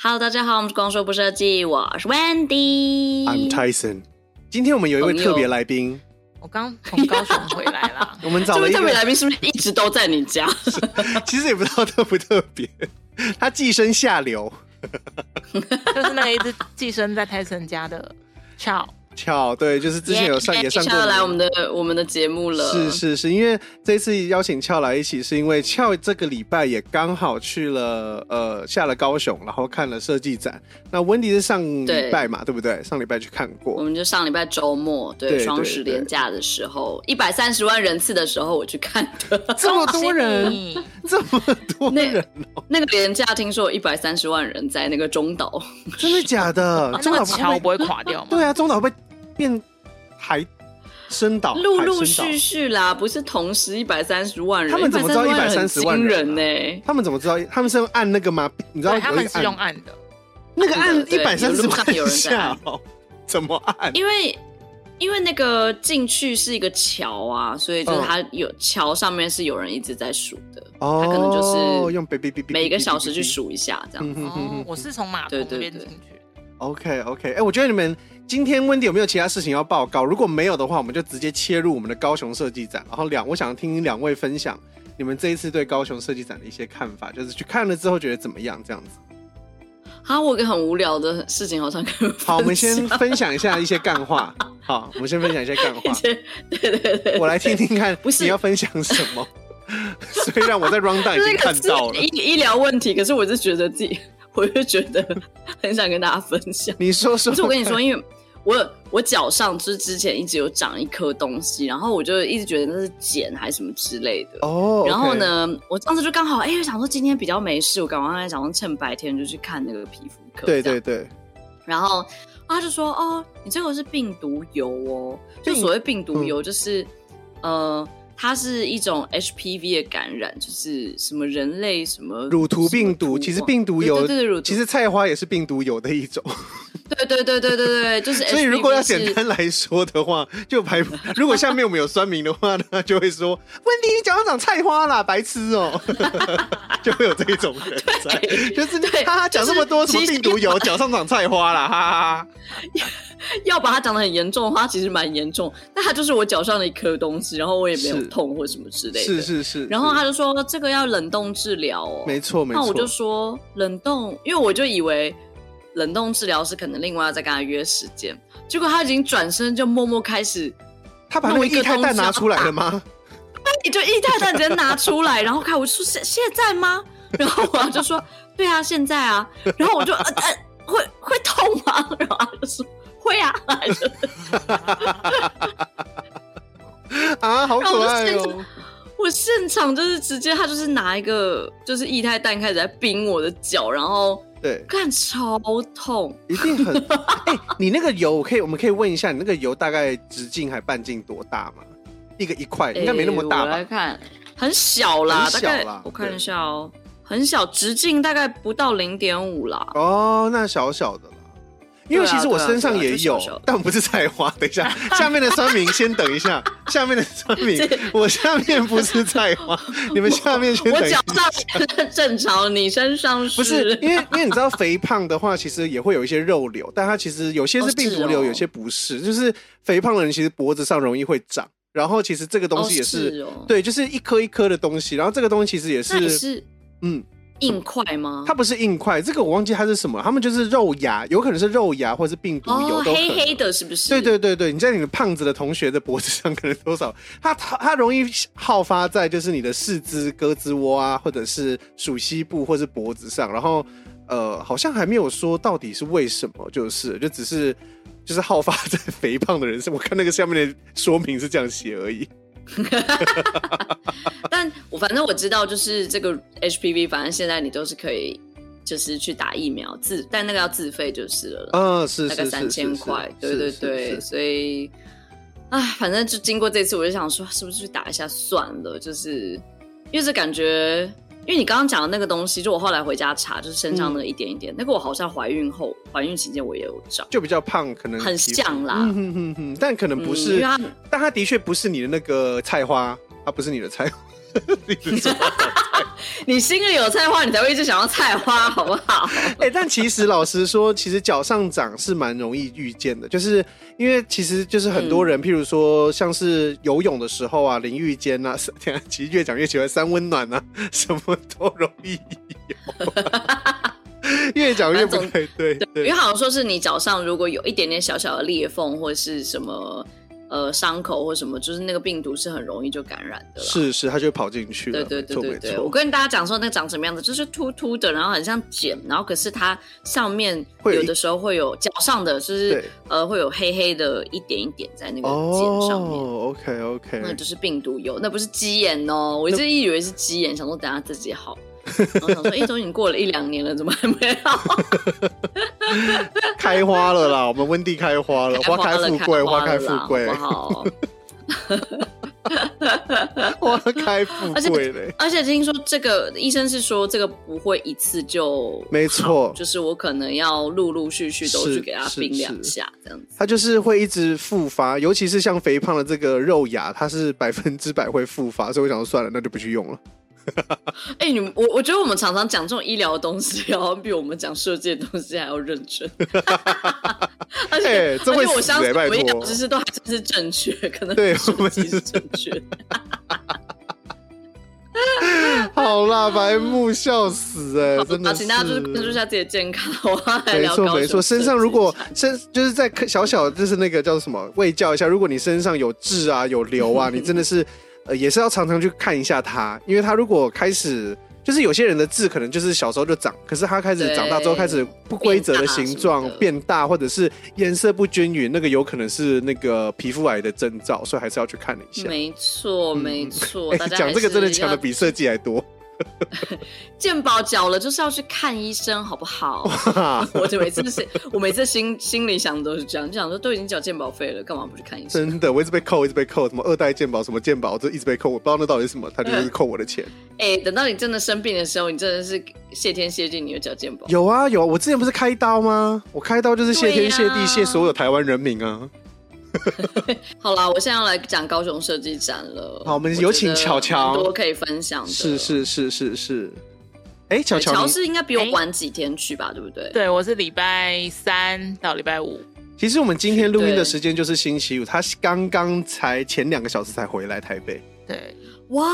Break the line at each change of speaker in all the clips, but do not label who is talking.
Hello，大家好，我们是光说不设计，我是 Wendy。
I'm Tyson。今天我们有一位
朋友
特别来宾，，
我刚从高雄回来啦
我们找
这
了
位
一
特别来
个，
宾是不是一直都在你家？
其实也不知道特不特别，他寄生下流。
就是那个一直寄生在泰森家的 Chow，
巧，对，就是 之前有上
Yeah，
也上过
翘来我们的我们的节目了，
是是是，因为这次邀请俏来一起，是因为俏这个礼拜也刚好去了呃下了高雄，然后看了设计展。那温迪是上
对
礼拜嘛，对不对？上礼拜去看
我
过，
们就上礼拜周末对
对
双十连假的时候，一百三十万人次的时候我去看的，
这么多
恭
人，
喜你啊
这么多
那
人，
那个廉价听说有一百三十万人在那个中岛，
真的假的？
那
中岛
么
不
桥
会
不会垮掉吗？
对啊，中岛会变海深岛，
陆
哦海
陆
参岛
续续啦，不是同时一百三十万人，
他们怎么知道
130
130万
很惊
人啊
人呢、
他们怎么知道？他们是用按那个吗？你知道
对，他
有一
们
个
是
按
用按的，
那个按
对
一
有
百三十
路上有
万
人在按
下哦，怎么按？
因为因为那个进去是一个桥啊，所以就是
嗯
它有桥上面是有人一直在数的，
哦，
他可能就是
用 baby baby
每一个小时去。数一下这样。
嗯哼哼
哦
哼，
我是从码头
对
那
对
边
对
进去，
OK OK，哎、我觉得你们今天温迪有没有其他事情要报告？如果没有的话，我们就直接切入我们的高雄设计展。然后两，我想听两位分享你们这一次对高雄设计展的一些看法，就是去看了之后觉得怎么样这样子。
啊，我有个很无聊的事情好像跟
好，我们 先分享一下一些干话。好，我们先分享一些干话。
对对对对，
我来听听看，
不是
你要分享什么？ 虽然我在 round down
就
已
是
经
一个
看
私
到了
人医，医疗问题，可是我就觉得自己，我就觉得很想跟大家分 享。
你说说
可是我跟你说，因为我我脚上就是之前一直有长一颗东西，然后我就一直觉得那是茧还是什么之类的。
哦，
然后？呢，我上次就刚好，哎、我想说今天比较没事，我赶快想说趁白天就去看那个皮肤科。
对
这样
对。对，
然后他就说：“哦，你这个是病毒疣哦，就
病
所谓病毒
嗯
疣，就是、呃，它是一种 HPV 的感染，就是什么人类什么
乳头病
什么
毒
啊
其实病毒
对
有
对对对，乳头
其实菜花也是病毒有的一种，
对对对对对对，就是 HPV
所以如果要简
是
单来说的话，就排。 如果下面我们有酸民的话呢，他就会说：“温迪，你脚上长菜花啦，白痴哦、 就会有这一种人在，就 是
对
哈哈，讲这么多
就
什
是
么病毒有，脚上长菜花啦，哈哈哈。
要把它讲的很严重的话，它其实蛮严重。但它就是我脚上的一颗东西，然后我也没有
是
痛或什么之”类的。
是是是，
然后他
是
就说这个要冷冻治疗哦，
没错没错，
那我就说冷冻，因为我就以为冷冻治疗是可能另外要再跟他约时间，结果他已经转身就默默开始，
他把那个液态蛋拿出来了吗？
你哎就液态蛋直接拿出来，然后看我就说现现在吗？然后我就说对啊，现在啊，然后我就呃呃会会痛吗？然后他就说会啊，然后他就
啊，好可爱
然后我就
哦！
我现场就是直接他就是拿一个就是液态蛋开始在冰我的脚，然后
对，
看超痛。
一定很。 哎、你那个油，我可以，我们可以问一下，你那个油大概直径还半径多大吗？一个一块，应该没那么
诶
大
哎我来
吧？
看，很小啦，
很小啦
大概
对
我看一下哦，很小，直径大概不到零点五啦。
哦，那小小的啦。因为
对啊
其实我
对啊
身上也
对
有，
啊就小小的
但不是菜花。等一下，下面的酸民先等一下，下面的酸 民
这，
我下面不是菜花，你们下面先
我
等一
脚
下。
上 正常，你身上是
不是，因为因为你知道肥胖的话，其实也会有一些肉瘤，但它其实有些
哦
是
是
病毒瘤，
哦
有些不是。就是肥胖的人其实脖子上容易会长，然后其实这个东西也
是,、
是
哦，
对，就是一颗一颗的东西，然后这个东西其实也
那
是，
你是
嗯，
硬块吗？
它不是硬块，这个我忘记它是什么，他们就是肉芽，有可能是肉芽或者是病毒疣
哦，
都可
黑
能。
黑的，是不是？
对对对对，你在你的胖子的同学的脖子上可能多少， 它它它容易好发在就是你的四肢、胳肢窝啊，或者是属膝部或是脖子上，然后呃，好像还没有说到底是为什么，就是就只是 就是好发在肥胖的人身，我看那个下面的说明是这样写而已。
但我反正我知道，就是这个 HPV，反正现在你都是可以，就是去打疫苗自，但那个要自费就是了啦。
嗯，是
大
是
概
是
三千
是是
块，对
是
对
是
对，
是
所以，唉，反正就经过这次，我就想说，是不是去打一下算了？就是因为这感觉，因为你刚刚讲的那个东西，就我后来回家查，就是身上那个一点一
嗯
点，那个我好像怀孕后，怀孕期间我也有长，
就比较胖，可能
很
皮肤
像啦
嗯哼哼哼，但可能不
嗯因
是，
为它
但它的确不是你的那个菜花，它不是你的菜花，一直说它
你心里有菜花，你才会一直想要菜花，好不好？
哎、但其实老实说，其实脚上长是蛮容易遇见的，就是因为其实就是很
嗯
多人，譬如说像是游泳的时候啊，淋浴间啊， 是天啊，其实越讲越奇怪，三温暖啊，什么都容易有、 越讲越不对，对
因
对
为好像说是你脚上如果有一点点小小的裂缝或者是什么呃伤口或什么，就是那个病毒是很容易就感染的啦。
是是，他就跑进去了，
对对对对
没错
对，我
没错，
跟大家讲说那个长什么样子，就是凸凸的，然后很像茧，然后可是它上面
会有
有
一
的时候会有脚上的，就是
对
呃会有黑黑的一点一点在那个茧上面。
哦，OK
那
OK，
就是病毒疣，那不是鸡眼哦。我一直以为是鸡眼，想说等下自己好。然后想说，哎、都已经过了一两年了，怎么还没好？
开花了啦，我们温蒂开花 了，花
开
开
了
富贵，花
哎花
开
了
富
啦
贵
好， 不好？
花开富
而且
贵嘞，
而且听说这个医生是说，这个不会一次就
没错
好就是我可能要陆陆续续都
是
去给他
是
冰两
是
下这样子。
它就是会一直复发，尤其是像肥胖的这个肉芽，它是百分之百会复发，所以我想说算了，那就不去用了。
哎、你们我我觉得我们常常讲这种医疗的东西， 然后比我们讲设计的东西还要认真。而且、
哎这会
而且我
死
相
哎
信
拜
我们医疗
托
知识都还真是正确，可能
对
设
我们
计
是
是正确 的。
好啦，白目笑死哎、
好
真的
请大家就是关注一
是。
下自己的健康， 我要来
没
聊
错
高
没
雄
错，身
设
上
计
如果身就是在科小小就是那个叫什么喂教一下，如果你身上有痣啊有瘤 啊，你真的是呃也是要常常去看一下它，因为它如果开始就是有些人的痣可能就是小时候就长，可是它开始长大之后
对
开始不规则的形状
变大什么的
变大，或者是颜色不均匀，那个有可能是那个皮肤癌的征兆，所以还是要去看一下。
没错没错，大
哎，
家
讲
还
这个真的
是
讲的
要
比设计还 多，
健保缴了，就是要去看医生，好不 好？
哈哈，
我就每次是，我每次心心里想的都是这样，就想说都已经缴健保费了，干嘛不去看医生？
真的，我一直被扣，一直被扣，什么二代鉴宝，什么鉴宝，我就一直被扣，我不知道那到底是什么，他就是扣我的钱。
哎、等到你真的生病的时候，你真的是谢天谢地，你有缴健保。
有啊有啊，我之前不是开刀吗？我开刀就是谢天谢
对
地，
呀
谢所有台湾人民啊！
好啦，我现在要来讲高雄设计展了。
好我们
觉得
有请巧巧
蛮多可以分享的。
是是是是是，哎，巧
对，
巧，
乔
你
是应该比我
哎
晚几天去吧，对不对？
对，我是礼拜三到礼拜五，
其实我们今天录音的
对
时间就是星期五，他刚刚才前两个小时才回来台北。
对
哇，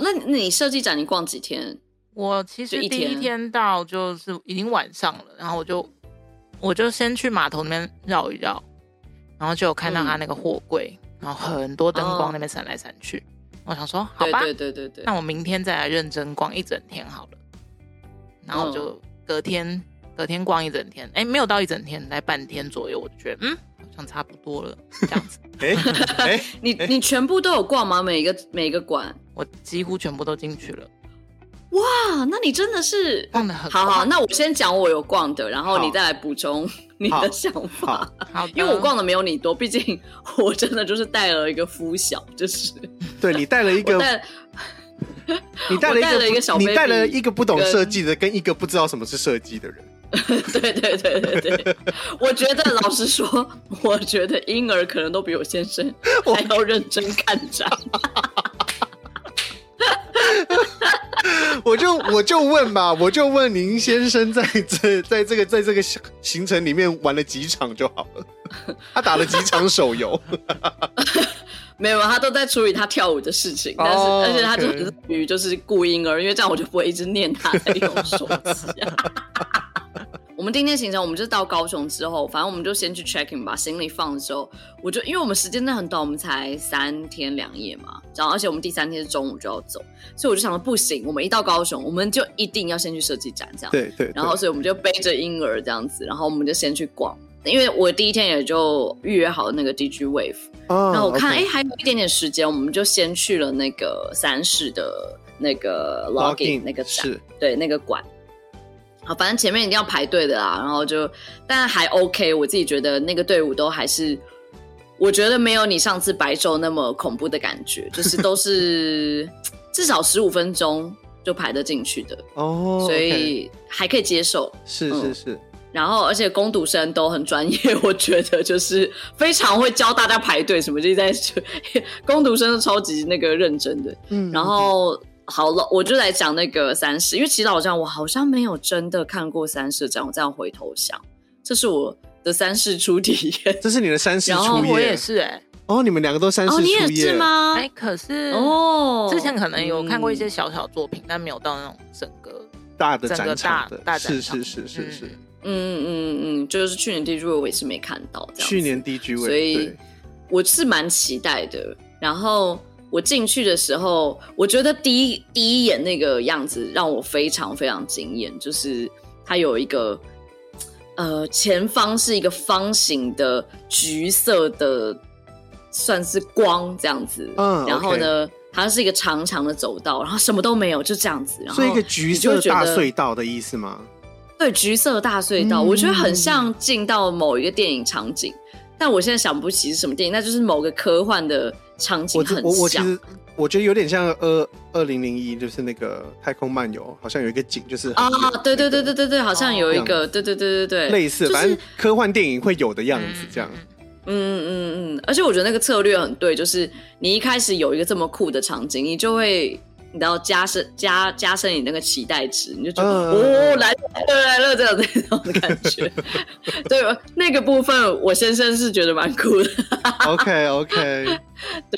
那你你设计展你逛几天？
我其实
就一
第一
天
天到就是已经晚上了，然后我就我就先去码头那边绕一绕，然后就有看到他那个货柜，然后很多灯
哦
光那边闪来闪去，我想说好
对
吧，
对对对对
那。我明天再来认真逛一整天好了。然后我就隔天隔天逛一整天，哎，没有到一整天，来半天左右，我就觉得嗯，好像差不多了，这样子，
哎 哎，
你你全部都有逛吗？每一个每一个馆？
我几乎全部都进去了，
哇，那你真的是
哎
逛的很
好好，
快
那我先讲我有逛的，然后
好
你再来补充 你
好
的想
好
法。
好的，
因为我逛的没有你多，毕竟我真的就是带了一个肤小，就是
对你带了一
我
个，
带
你带了
我
一
带了一个
个不，
小
你
baby
带了一个不懂
跟
设计的，跟一个不知道什么是设计的人。
对对对对对，我觉得老实说，我觉得婴儿可能都比我先生还要认真看展。
我就我就问 吧，我就问林先生在这 在这个在这个行行程里面玩了几场就好了，他打了几场手 游，
没有，他都在处理他跳舞的事情，但是、
哦
而且他就
OK
是属于就是顾婴儿，因为这样我就不会一直念他在用手机、啊 我们今天行程，我们就到高雄之后，反正我们就先去 check in 把行李放的时候，我就因为我们时间真的很短，我们才三天两夜嘛，然后而且我们第三天是中午就要走，所以我就想说不行，我们一到高雄，我们就一定要先去设计展这样。
对对，对
然后所以我们就背着婴儿这样子，然后我们就先去逛，因为我第一天也就预约好那个 DG Wave。
啊
那我看，哎、
OK
还有一点点时间，我们就先去了那个三市的那个 login
Login，
那个展，
是
对，那个馆。好，反正前面一定要排队的啦，然后就，但还 OK，我自己觉得那个队伍都还是，我觉得没有你上次白昼那么恐怖的感觉，就是都 是至少十五分钟就排得进去的，
哦，
所
OK，
以嗯还可以接受。
是是是，
然后，而且攻读生都很专业，我觉得就是非常会教 大家排队什么，就是在攻读生都超级那个认真的。
嗯
然后好了，我就来讲那个三十，因为其实老实讲，我好像没有真的看过三十这样，我这样回头想，这是我的三世初体验。
嗯这是你的三世
然后
初夜，
我也是哎、
哦，你们两个都 三世
哦，
初
你也
夜
是吗
哎、？可是
哦，
之前可能有看过一些
嗯
小小作品，但没有到那种整个
大的
整
展
个
场
大
的，
大
是
展
是
场
是是是，
嗯
嗯嗯嗯嗯，就是去年 D G 我也是没看到，这样子
去年 DG 位，
所以
对
我是蛮期待的。然后我进去的时候，我觉得第一第一眼那个样子让我非常非常惊艳，就是它有一个呃前方是一个方形的橘色的，算是光这样子。
嗯
然后呢，它是一个长长的走道，然后什么都没有，就这样子。然后
所以一个橘色
你就觉
大
得
隧道的意思吗？
对，橘色大隧道，
嗯
我觉得很像进到某一个电影场景，但我现在想不起是什么电影，那就是某个科幻的场景
我这
很
我我其
像。
实我觉得有点像二二零零一，就是那个太空漫游，好像有一个景就是很
啊
远，
对对对对对对，好像有一
哦这
个，对对对对对，
类似，
就
反
是
正科幻电影会有的样子这样。
嗯
嗯嗯嗯，而且我觉得那个策略很对，就是你一开始有一个这么酷的场景，你就会。你知道加深加加深你那个期待值，你就觉得、
嗯
哦来了来了来了这样子那种感觉。 对，那个部分我先生是觉得蛮酷的，
OK OK，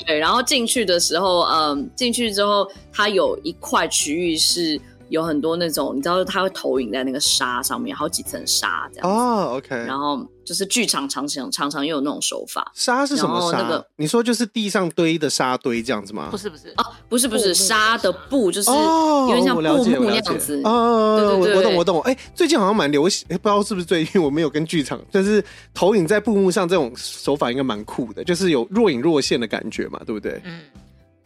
对，然后进去的时候，嗯，进去之后，它有一块区域是有很多那种，你知道，它会投影在那个沙上面，好几层沙这样。
哦 OK，
然后就是剧场常常常常也有那种手法，
沙是什
然
么
后
沙？
那个
你说就是地上堆的沙堆这样子吗
不？是不是，
不是不是
布幕
沙的布，就是
哦，
有点像
我
布
了解，
幕那
我了
样
解
子。。
哦，我
对对对
我懂，我懂。哎，最近好像蛮流行，哎不知道是不是最近， 我没有跟剧场，但是投影在布幕上这种手法应该蛮酷的，就是有若隐若现的感觉嘛，对不对？
嗯，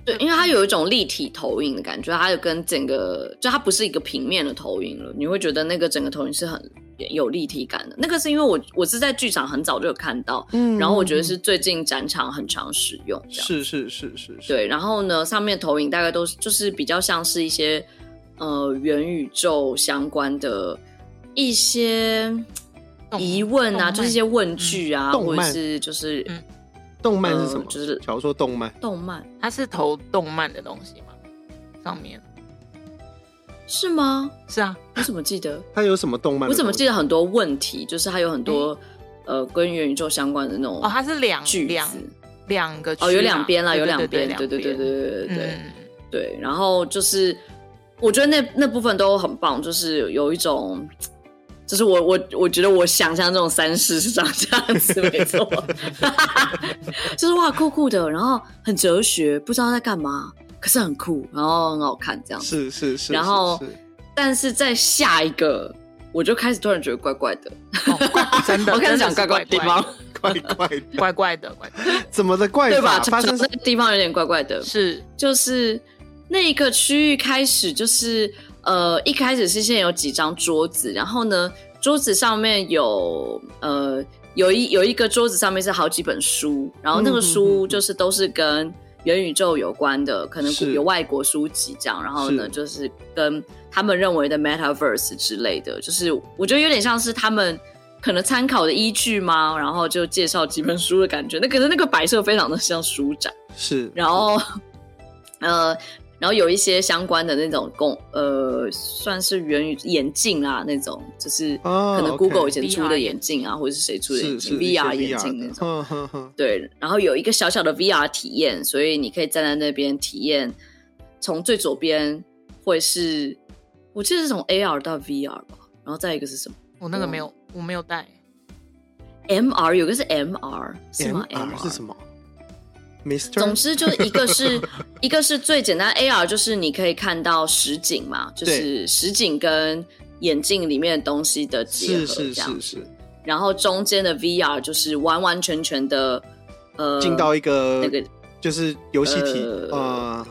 对，因为它有一种立体投影的感觉，它有跟整个就它不是一个平面的投影了，你会觉得那个整个投影是很有立体感的。那个是因为我我是在剧场很早就有看到，
嗯
然后我觉得是最近展场很常使用，这样
是是是是是，
对。然后呢，上面投影大概都是就是比较像是一些呃元宇宙相关的一些
动
疑问
动
啊，
漫
就是一些问句啊，
动
或者
漫
是就是
嗯
动漫是什么？
呃就是
小说动漫
动漫
它是投动漫的东西吗？上面
是吗？
是啊，
我怎么记得？
它有什么动漫
我
的东西？
怎么记得很多问题，就是它有很多、呃跟元宇宙相关的那种
哦，它是两
句
两
子。
两个区
哦，有
啦
两边啦，
对
有
对
两边，对
对
对对对
对
对对对
嗯
对。然后就是，我觉得那那部分都很棒，就是有一种，就是我我我觉得我想象这种三世是长这样子，没错， 就是哇酷酷的，然后很哲学，不知道在干嘛，可是很酷，然后很好看这样子。
是是是，
然后
是是
但是在下一个，我就开始突然觉得怪怪的，
哦 怪真的，
我开始
真的
讲
是
怪怪
怪
的地方，
怪怪的，
怪怪的，怪怪 的
怎么的怪
对
法
吧？
发
那
生
个地方有点怪怪的，
是
就是那一个区域开始就是呃，一开始是先有几张桌子，然后呢，桌子上面有呃有一有一个桌子上面是好几本书，然后那
嗯
个
嗯
书
嗯
就是都是跟元宇宙有关的，可能
是
有外国书籍这样，然后呢
是
就是跟他们认为的 metaverse 之类的，就是我觉得有点像是他们。可能参考的依据吗？然后就介绍几本书的感觉。那可是那个摆设非常的像书展，
是，
然后 呃，然后有一些相关的那种工呃，算是元宇眼镜啊那种，就是
哦
可能
OK
Google 以前出
VR
的眼镜啊，或者是谁出的眼
是是
镜
一些
VR 眼镜
的
那种。
哼哼哼
对，然后有一个小小的 VR 体验，所以你可以站在那边体验。从最左边会是，我记得是从 AR 到 VR 吧，然后再一个是什么
我那个没有，我没有带，
？MR 有个是 MR 是吗
MR 是什么？Mr.
总之就是一个是一个是最简单，AR 就是你可以看到实景嘛，就是实景跟眼镜里面的东西的结合这
是是
样。
是是，
然后中间的 VR 就是完完全全的呃，
进到一个
那个
就是游戏体
呃
啊，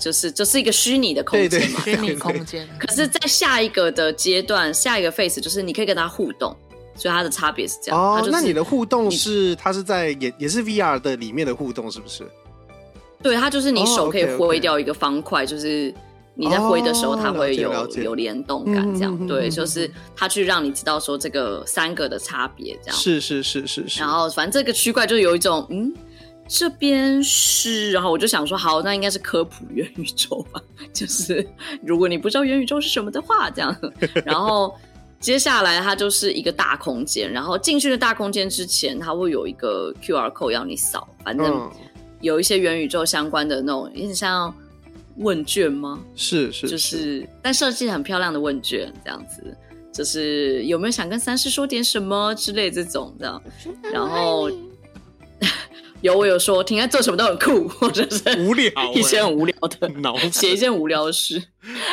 就是就是一个虚拟的空
对
间
对
嘛。
虚拟空间，
可是，在下一个的阶段，下一个 face 就是你可以跟他互动，所以它的差别是这样。它
哦
就，是
那你的互动是它是在也也是 VR 的里面的互动是不是？
对，它就是你
哦
手可以
OK，OK
挥掉一个方块，就是你在挥的时候，
哦
它会有、
了解了解
有联动感，这样、
嗯嗯嗯嗯
对，
嗯
就是它去让你知道说这个三个的差别，这样。
是是是是是
然，后反正这个区块就有一种嗯，这边是，然后我就想说，好，那应该是科普元宇宙吧， 就是如果你不知道元宇宙是什么的话，这样。然后接下来它就是一个大空间，然后进去的大空间之前，它会有一个 QR code 要你扫，反正
嗯，
有一些元宇宙相关的那种，有点像问卷吗？
是是
就是但设计很漂亮的问卷这样子，就是有没有想跟三师说点什么之类这种的。然后有我有说，停在做什么都很酷，或者 是
无聊
一些很无聊 的。
脑
写一件无聊的事，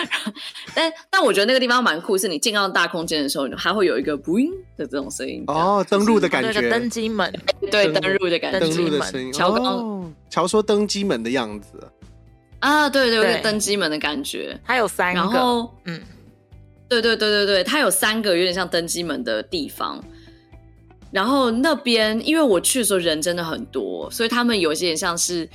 但但我觉得那个地方蛮酷，是你进到大空间的时候，还会有一个 boing 的这种声音，
哦，登录的感
对
觉，
个登机门，
对登入的感觉，
登
登
机
录的
门
声音。
乔刚
哦，乔说登机门的样子，
啊，对对，有一个
对
登机门的感觉，
它有三
然
个，
后
嗯，
对对对对对，它有三个有点像登机门的地方。然后那边，因为我去的时候人真的很多，所以他们有一些点像是，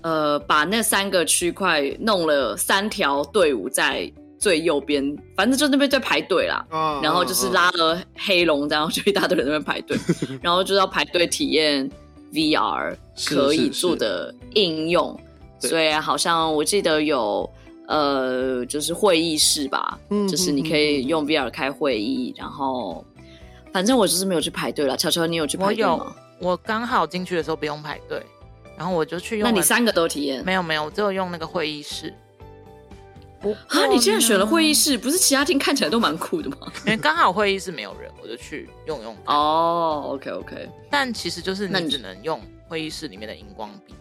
呃，把那三个区块弄了三条队伍在最右边，反正就那边在排队啦。
哦
然后就是拉了黑龙，然后就一大堆人在那边排 队，然后就要排队体验 VR
是
可以
是是
做的应用。
对
所以好像我记得有呃，就是会议室吧，
嗯
就是你可以用 VR 开会议，然后反正我就是没有去排队了。乔乔，你有去
我
排队
有
吗？，
我刚好进去的时候不用排队，然后我就去用
那
完。
你三个都体验
没有没有，我只有用那个会议室。哦不
啊？你竟然选了会
议，
议室，不是其他厅看起来都蛮酷的吗？
因为刚好会议室没有人，我就去用用。
哦
哦，
，OK，OK、o k OK，
但其实就是
那
你
你
只能用会议室里面的荧光笔，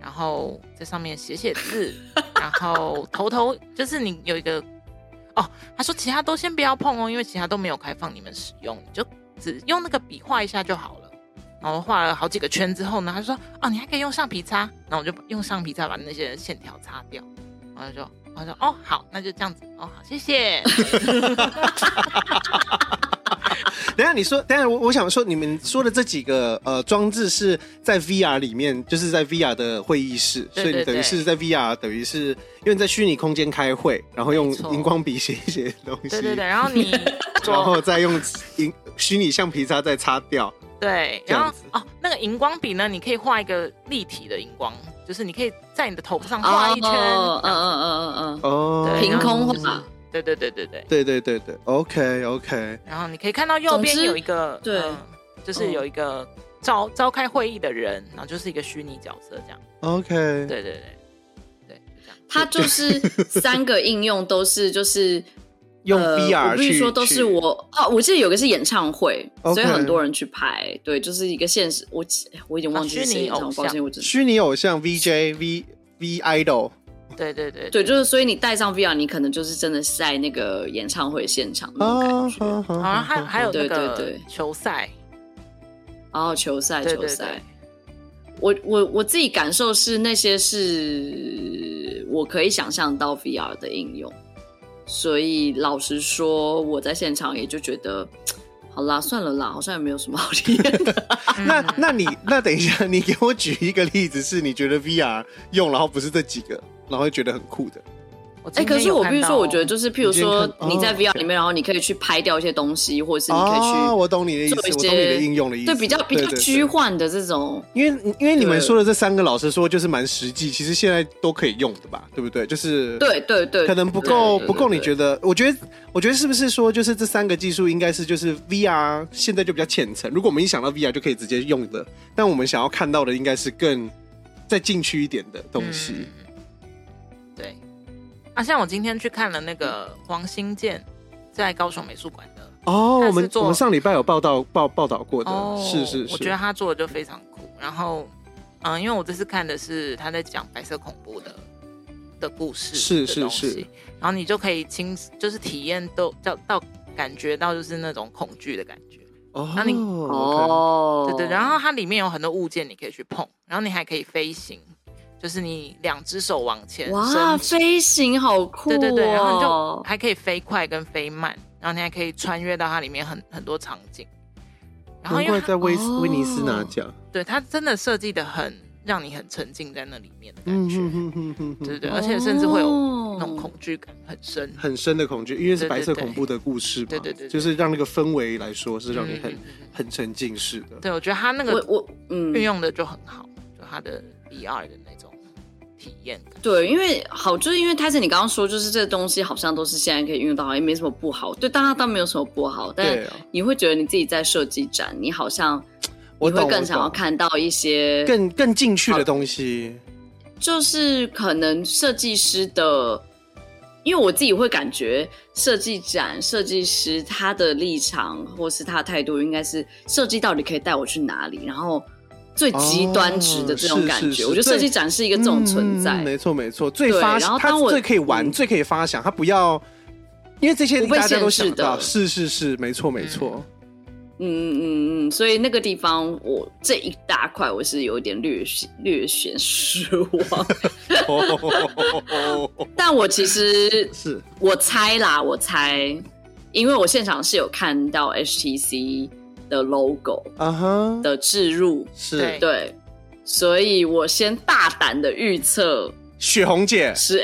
然后在上面写写字，然 后头头就是你有一个哦，他说其他都先不要碰哦，因为其他都没有开放你们使用，你就只用那个笔画一下就好了。然后画了好几个圈之后呢，他说哦，你还可以用橡皮擦，然后我就用橡皮擦把那些线条擦掉，然后就我说哦好，那就这样子哦好，谢谢。
等一下你说，等一下我我想说，你们说的这几个呃装置是在 VR 里面，就是在 VR 的会议室，所
对
以你
对
等于
对
是在 VR，等于是因为你在虚拟空间开会，然后用
没错
荧光笔写一些东西，
对对对，然后你左
然后再用荧虚拟橡皮擦再擦掉。
对，
这样
然后
子
哦，那个荧光笔呢，你可以画一个立体的荧光，就是你可以在你的头上 画一圈，
哦嗯嗯嗯嗯嗯，
哦，
对
凭空
然后就是
画
对对对对对，
对对对对，OK OK，
然后你可以看到右边
总之
有一个，
对
嗯就是有一个召召开会议的人，然后就是一个虚拟角色这样，
OK，
对对对对，就这样，
它就是三个应用都是就是
用
呃
VR
我必
去
须说都是
去
我哦，我记得有个是演唱会所
OK
以很多人去拍，对，就是一个现实，我记我已经忘记
啊
是
虚
谁
拟
演唱
偶
会，
像
抱歉，我只
虚拟偶像 VJ V V Idol，
对对对
对，就是所以你戴上 VR，你可能就是真的是在那个演唱会现场那种
啊
感觉，
啊
然后
啊
还还有那
对
个
对对
球赛，
然后球赛
对
球
对
赛
对，，
我我我自己感受是那些是我可以想象到 VR 的应用，所以老实说，我在现场也就觉得，好啦，算了啦，好像也没有什么好体验的。
嗯
那那你那等一下，你给我举一个例子，是你觉得 VR 用，然后不是这几个，然后觉得很酷的。
我
哎、
今
可
天
是
有
我
看
必须
到
说，我觉得就是，譬如
你今天
说
看
你在
哦
VR
，OK
里面，然后你可以去拍掉一些东西，或者是你可以
哦，
去
我懂你的意思，
做一
我
些
懂你的应用的意思。
对比较比较
对对
虚幻的这种。
因为因为你们
对
说的这三个，老实说就是蛮实际，其实现在都可以用的吧，对不对？就是
对对对，
可能不够
对
不够，你觉
得？
得？我觉得，我觉得是不是说，就是这三个技术应该是就是 VR 现在就比较浅层。如果我们一想到 VR 就可以直接用的，但我们想要看到的应该是更再进去一点的东西。
嗯对，啊，像我今天去看了那个王新建在高雄美术馆的
哦，
它是
我们
做
我们上礼拜有报道报报道过的，
哦，
是是是，
我觉得他做的就非常酷。然后，嗯，因为我这次看的是他在讲白色恐怖的的故事，
是是
的东西
是。
然后你就可以亲，就是体验都到到感觉到就是那种恐惧的感觉，
哦
那你
哦
哦，
对对。然后它里面有很多物件你可以去碰，然后你还可以飞行，就是你两只手往前
哇，
伸
飞行好酷、哦！
对对对，然后你就还可以飞快跟飞慢，然后你还可以穿越到它里面很很多场景。然后
难
因为
怪
它
在威斯
哦
威尼斯拿奖，
对它真的设计的很让你很沉浸在那里面的感
嗯
觉，
哼哼哼哼
对
哼，
对，而且甚至会有
哦
那种恐惧感很深。
很深的恐惧，因为是
对对
白色
对
恐怖的故事嘛，
对对对对
就是让那个氛围来说是让你
嗯
很
嗯嗯嗯
很沉浸式的。
对，我觉得它那
我
个
我嗯
运，用的就很好，就很它的 VR 的那种体验感。
对，因为好，就是因为泰森，你刚刚说，就是这东西好像都是现在可以运用到，也没什么不好。对，当然倒没有什么不好，但
对啊
你会觉得你自己在设计展，你好像
我
你会
懂
更
我
想要
懂
看到一些，
更更进去的东西。
就是可能设计师的，因为我自己会感觉设计展设计师他的立场或是他的态度，应该是设计到底可以带我去哪里，然后最极端值的这
哦
种
是
感
是
觉。
是
我觉得设计展是一个这种存在。
嗯没错没错，最
对
发
然后
他
当我
最可以玩、
嗯
最可以发想，他不要，因为这些
不被
大家都
限
想
制
得到，
的
是是是，没错没错，
嗯嗯嗯嗯，所以那个地方我这一大块我是有一点略显略显失 望，
哦
但我其实
是
我猜啦，我猜，因为我现场是有看到 HTC 的 logo
啊哈，
的置入，
是
对
对，所以我先大胆的预测
雪红姐，
是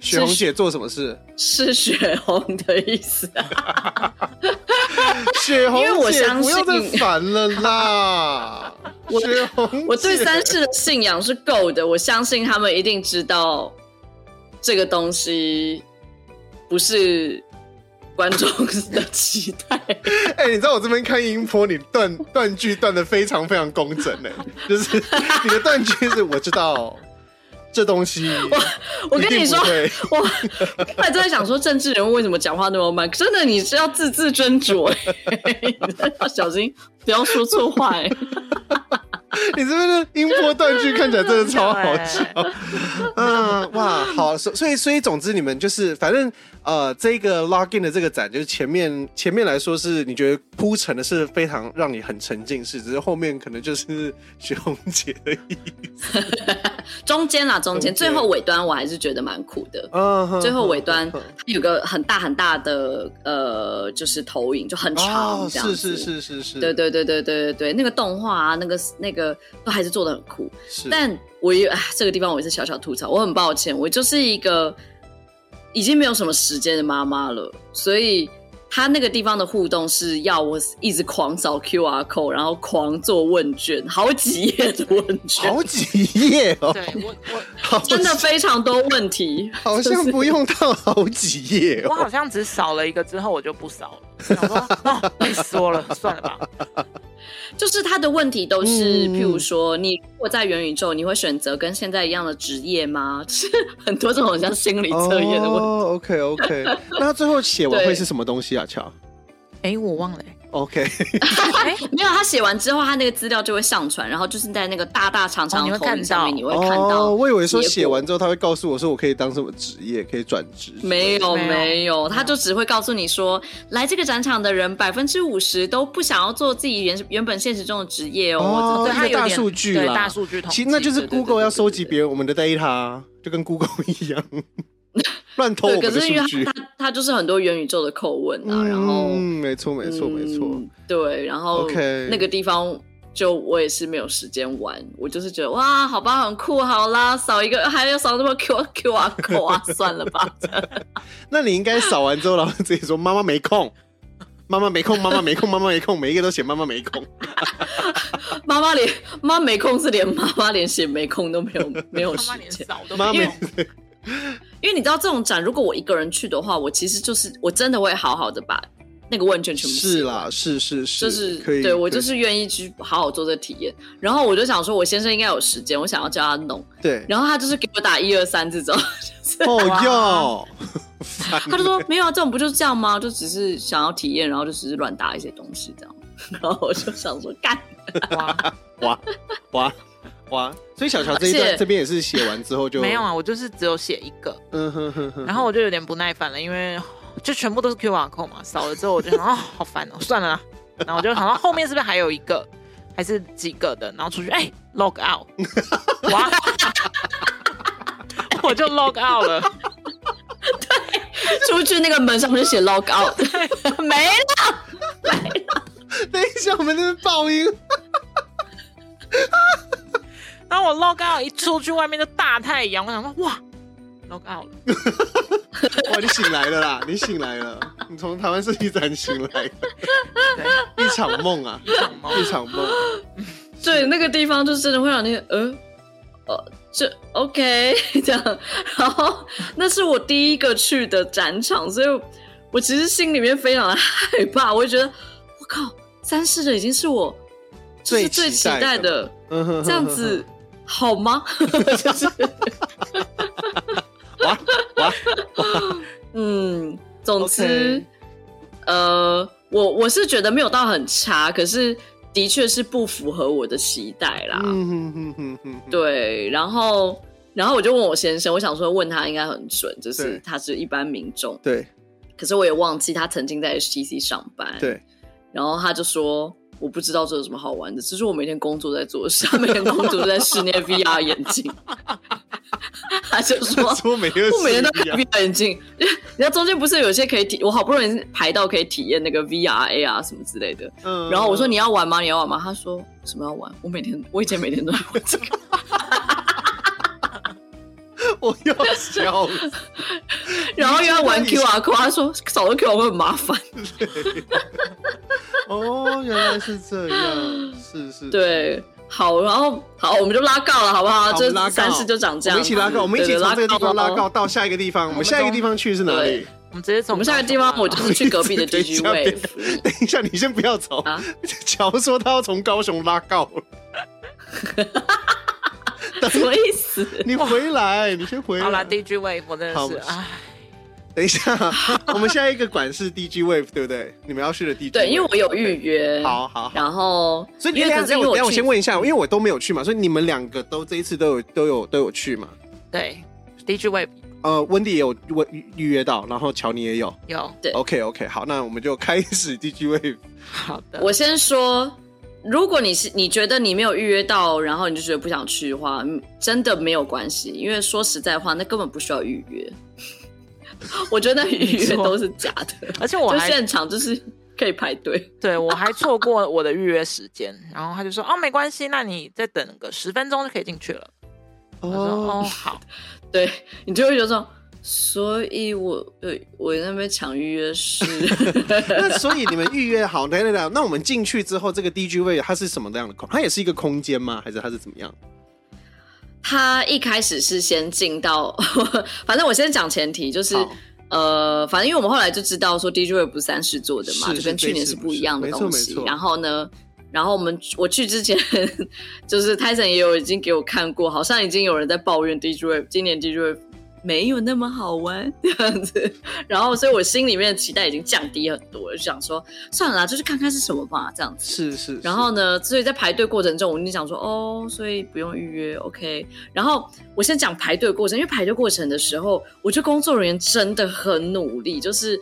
雪红姐做什么事？
是血红的意思、啊
雪红
因为我
姐
相
不要再
信
烦了啦，雪红姐，
我对三世的信仰是够的，我相信他们一定知道这个东西不是观众的期待。
哎、你知道我这边看音波，你断断句断的非常非常工整哎、就是你的断句是我知道这东西，
我跟你说
一定不，会
我后来就在想说，政治人物为什么讲话那么慢？真的，你是要字字斟酌、欸， 你真的要小心不要说错话、欸。
你这边的音波断句看起来真的超 好笑
对，
嗯，哇， 好，所所以所以总之你们就是反正呃，这个 login 的这个展就是前面前面来说是你觉得铺陈的是非常让你很沉浸式，只是后面可能就是雪红姐的意思，
中间啦，中
中
间
间
最后尾端我还是觉得蛮苦的。
嗯哼
最后尾端
哼哼
它有个很大很大的呃，就是投影，就很长
哦，
这样
是
子。
是是是是，
对对对对对对对，那个动画啊，那个那个都还是做的很酷。
是，
但我也啊，这个地方我也是小小吐槽，我很抱歉，我就是一个已经没有什么时间的妈妈了，所以他那个地方的互动是要我一直狂扫 QR code，然后狂做问卷，好几页的问卷，
好几页哦，
对我我
好
真的非常多问题，
好像不用到好几页
我
哦。
好像只扫了一个之后，我就不扫了。想说哦，被说了，算了吧。
就是他的问题都是，
嗯
譬如说，你如果在元宇宙，你会选择跟现在一样的职业吗？ 是很多这种很像心理测验的问题。
哦，OK OK，那他最后写完
对
会是什么东西啊？乔
哎、我忘了、欸。
，OK，
哎、
没有，他写完之后，他那个资料就会上传，然后就是在那个大大长
哦
长
你
的
会
投
看
影上面，
到
你会看到。
哦，我以为说
结果
写完之后他会告诉我说我可以当什么职业，可以转职。
没有
没有
没有，他就只会告诉你说，来这个展场的人百分之五十都不想要做自己原原本现实中的职业哦。
哦
我
对，
知道
一个
它有
大
点
数据
对
啦
大数据统计，
其实那就是
对对对
Google 要
对对
收集
对
别人我们的 data，就跟 Google 一样，乱偷我
对，
们
可
的
是因为他
数据。
他他就是很多元宇宙的叩问啊，然后
嗯，没错没错没错。
嗯对，然后
OK
那个地方就我也是没有时间玩，我就是觉得哇，好吧，很酷，好啦，扫一个，还要扫那么 Q Q R code 啊，算了吧。
那你应该扫完之后，然后自己说妈妈没空， 妈妈没空，妈妈没空，妈妈没空，每一个都写妈妈没空。
妈妈连妈没空是连妈妈连写没空都没 有没有
他
时
妈连
间，
扫都
妈妈
没有。
因为你知道这种展，如果我一个人去的话，我其实就是我真的会好好的把那个问卷全部写
是
完
啦，是是是，
啊就是
可以。
对我
可以
就是愿意去好好做这个体验，然后我就想说，我先生应该有时间，我想要叫他弄，
对。
然后他就是给我打一二三这种， 就是
哦
哇
哟， 烦
他就说没有啊，这种不就是这样吗？就只是想要体验，然后就只是乱打一些东西这样。然后我就想说，干，
哇，
哇哇哇！所以小乔这
而
一
且
段这边也是写完之后就
没有，啊，我就是只有写一个，
嗯哼哼哼，
然后我就有点不耐烦了，因为就全部都是 QR code 嘛，扫了之后我就想，哦，好烦哦，算了啦。然后我就想到后面是不是还有一个，还是几个的，然后出去哎、log out，哇，我就 log out 了。
出去那个门上面就写 log out，没了。
等一下我们那边爆音，
然后我 log out 一出去外面就大太阳，我想说哇，log out 了。
哇，你醒来了啦，你醒来了，你从台湾设计展醒来了，一场梦啊，
对，一场梦
一场梦，
对，那个地方就真的会让你呃呃，这 OK 这样，然后那是我第一个去的展场，所以我其实心里面非常的害怕，我就觉得我靠，三世的已经是我就是最
最期
期
待
待
的
的，
嗯哼
这样
哼哼
子好吗？就是
哇哇，
嗯，总之
OK
呃，我我是觉得没有到很差，可是的确是不符合我的期待啦。
嗯哼哼哼哼哼，
对，然后然后我就问我先生，我想说问他应该很准，就是
对
他是一般民众，
对
可是我也忘记他曾经在 HTC 上班，，
对，
然后他就说。我不知道这有什么好玩的，只是我每天工作在做的事，他每天工作都在室内 VR 眼镜， 他就说
说每天
我每天都
是
戴
一样
VR 眼镜， 然后中间不是有些可以体，我好不容易排到可以体验那个 VR、AR 什么之类的。
嗯
然后我说你要玩吗？你要玩吗？他说为什么要玩？我每天我以前每天都在玩这个。
我要笑死，
然后又要玩
你知道
QR code，他说扫了 QR code 很麻烦。
哦，原来是这样，是是，
对，好，然后好，我们就拉告了，好不好？
好
这
我们拉告
三事就长这
我
样。
们一起拉高，我们一起
对
从这个地方拉。
对
高到下一个地方。我们下一个地方去是哪里？
我们直接走。
我们下一个地方，我就是去隔壁的
等一
DG
下
Wave
等一下，你先不要走。
啊，
乔说他要从高雄拉高了，
什么意思？
你回来，你先回来。
好啦 d j Wave，我真
好
的是啊
我
唉，
等一下，我们下一个馆是 DG Wave，对不对？你们要去的 DG。
对，因为我有预。约。
好好好。
然后，
所以你
因为
等
可是
一下
因为
我等一下我
去
先问一下，因为我都没有去嘛，所以你们两个都这一次都有都有都有去嘛？
对 d j Wave
呃，温迪也有我预预约到，然后乔尼也有。
有
OK OK，好，那我们就开始 DG Wave。
好的，
我先说，如果你是你觉得你没有预约到，然后你就觉得不想去的话，嗯真的没有关系，因为说实在话，那根本不需要预约。 我觉得那预约都是假的，
而且我
就
还
现场就是 可以排队。
对我还错过我的预约时间，然后他就说哦没关系，那你再等个十分钟就可以进去了。我说哦好，
对你就会觉得说，所以我对我那边抢预约是
那所以你们预约好，等等等，那我们进去之后，这个 DG 位它是什么样的空？它也是一个空间吗？还是它是怎么样？
他一开始是先进到， 反正我先讲前提，就是
好
呃，反正因为我们后来就知道说 DJ Wave 不是三事做的嘛，
是
就跟
是
去年
这
是
次
不
不
一
是
样的
没错
东
没
西。
错
然后呢，然后我们我去之前， 就是泰森也有已经给我看过，好像已经有人在抱怨 DJ Wave 今年 DJ Wave 没有那么好玩这样子。然后，所以我心里面的期待已经降低很多，就想说算了啦，就去看看是什么吧，这样子。
是是。
然后呢，所以在排队过程中，我就想说，哦，所以不用预约，OK。然后我先讲排队过程，因为排队过程的时候，我觉得工作人员真的很努力，就是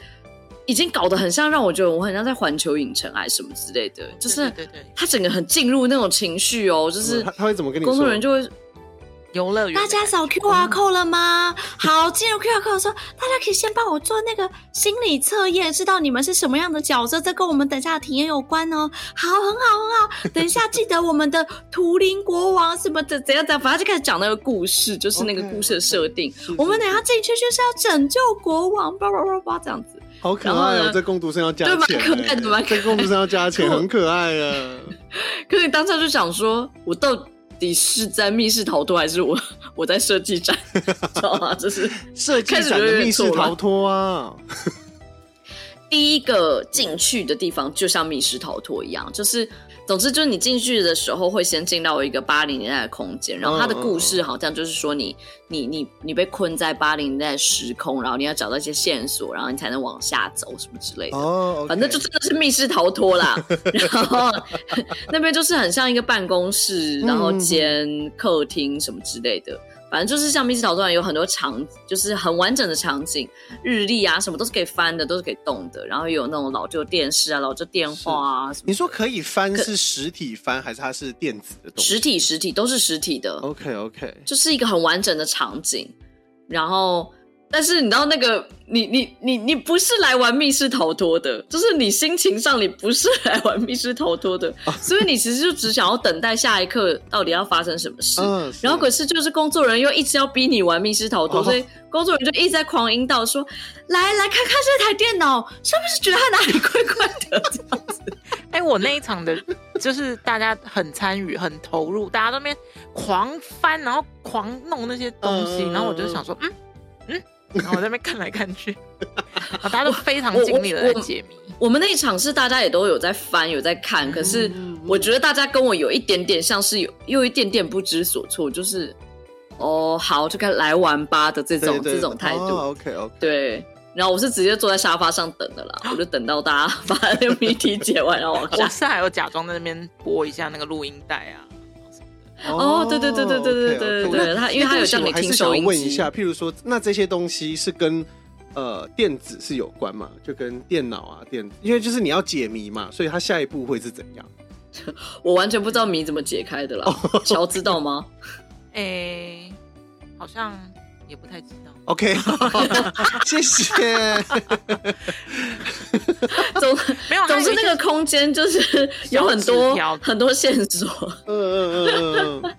已经搞得很像，让我觉得我很像在环球影城啊还是什么之类的，就是
对对对对
他整个很进入那种情绪哦，就是
他他会怎么跟你说？
工作人员就会
游乐园
大家扫
哦
QR code 了吗？好，进入 QR code 说，大家可以先帮我做那个心理测验，知道你们是什么样的角色，这跟我们等下的体验有关哦。好，很好， 很好。等一下记得我们的图灵国王什么的怎样怎样，反正就开始讲那个故事，就是那个
OK，
故事的
OK
设定。
是，是
我们
是
等一下进去就是要拯救国王，叭叭叭叭这样子。
好可
然后
爱哦
呢，
这工读生要加
对
钱
蛮
欸，
可爱的蛮可爱
这工读生要加钱，
可我
很可爱啊。
可是你当下就想说，我到底是在密室逃脱，还是我我在设计 展？知道吗？就是
设计
开始
展
有
的
点
密
错
室
了
逃脱啊，
第一个进去的地方，就像密室逃脱一样，就是总之就是你进去的时候会先进到一个八零年代的空间，然后它的故事好像就是说你你你你被困在八零年代的时空，然后你要找到一些线索，然后你才能往下走什么之类的。
哦，OK，
反啊正就真的是密室逃脱啦。然后那边就是很像一个办公室，然后兼客厅什么之类的。反正就是像密室逃脱一样，有很多场，就是很完整的场景，日历啊什么都是可以翻的，都是可以动的。然后有那种老旧电视啊、老旧电话啊什么的。
你说可以翻是实体翻还是它是电子的东西？
实体、实体都是实体的。
OK OK，
就是一个很完整的场景。然后，但是你知道那个，你你你你不是来玩密室逃脱的，就是你心情上你不是来玩密室逃脱的，
啊
所以你其实就只想要等待下一刻到底要发生什么事。
嗯，
然后可
是
是就是工作人员又一直要逼你玩密室逃脱，
哦
所以工作人员就一直在狂引导说：“来来看看这台电脑，是不是觉得它哪里怪怪的？”这样子
哎、我那一场的，就是大家很参与、很投入，大家都那边狂翻，然后狂弄那些东西，
嗯
然后我就想说，嗯嗯，然后我在那边看来看去，然后大家都非常
我我
尽力的
我
在解谜。
我们那一场是大家也都有在翻，有在
嗯
看，可是我觉得大家跟我有一点点像是有又一点点不知所措，就是哦好就该来玩吧的这种
对对
这种态度。
哦、OK OK，
对，然后我是直接坐在沙发上等的啦，我就等到大家把那个谜题解完，然后往
我
下。
是还有假装在那边播一下那个录音带啊，
哦对对对对对对对对
那
他因为他有叫你听收音机
我还是想问一下，譬如说，那这些东西是跟呃电子是有关嘛？就跟电脑啊电，因为就是你要解谜嘛，所以它下一步会是怎样？
我完全不知道谜怎么解开的啦。
哦
乔知道 吗？
哎、好像也不太知道。
OK，谢谢。
总
没有，
总
还有
之
一
那
些
个空间就是有很多
小纸条
很多线索，
嗯嗯嗯嗯嗯，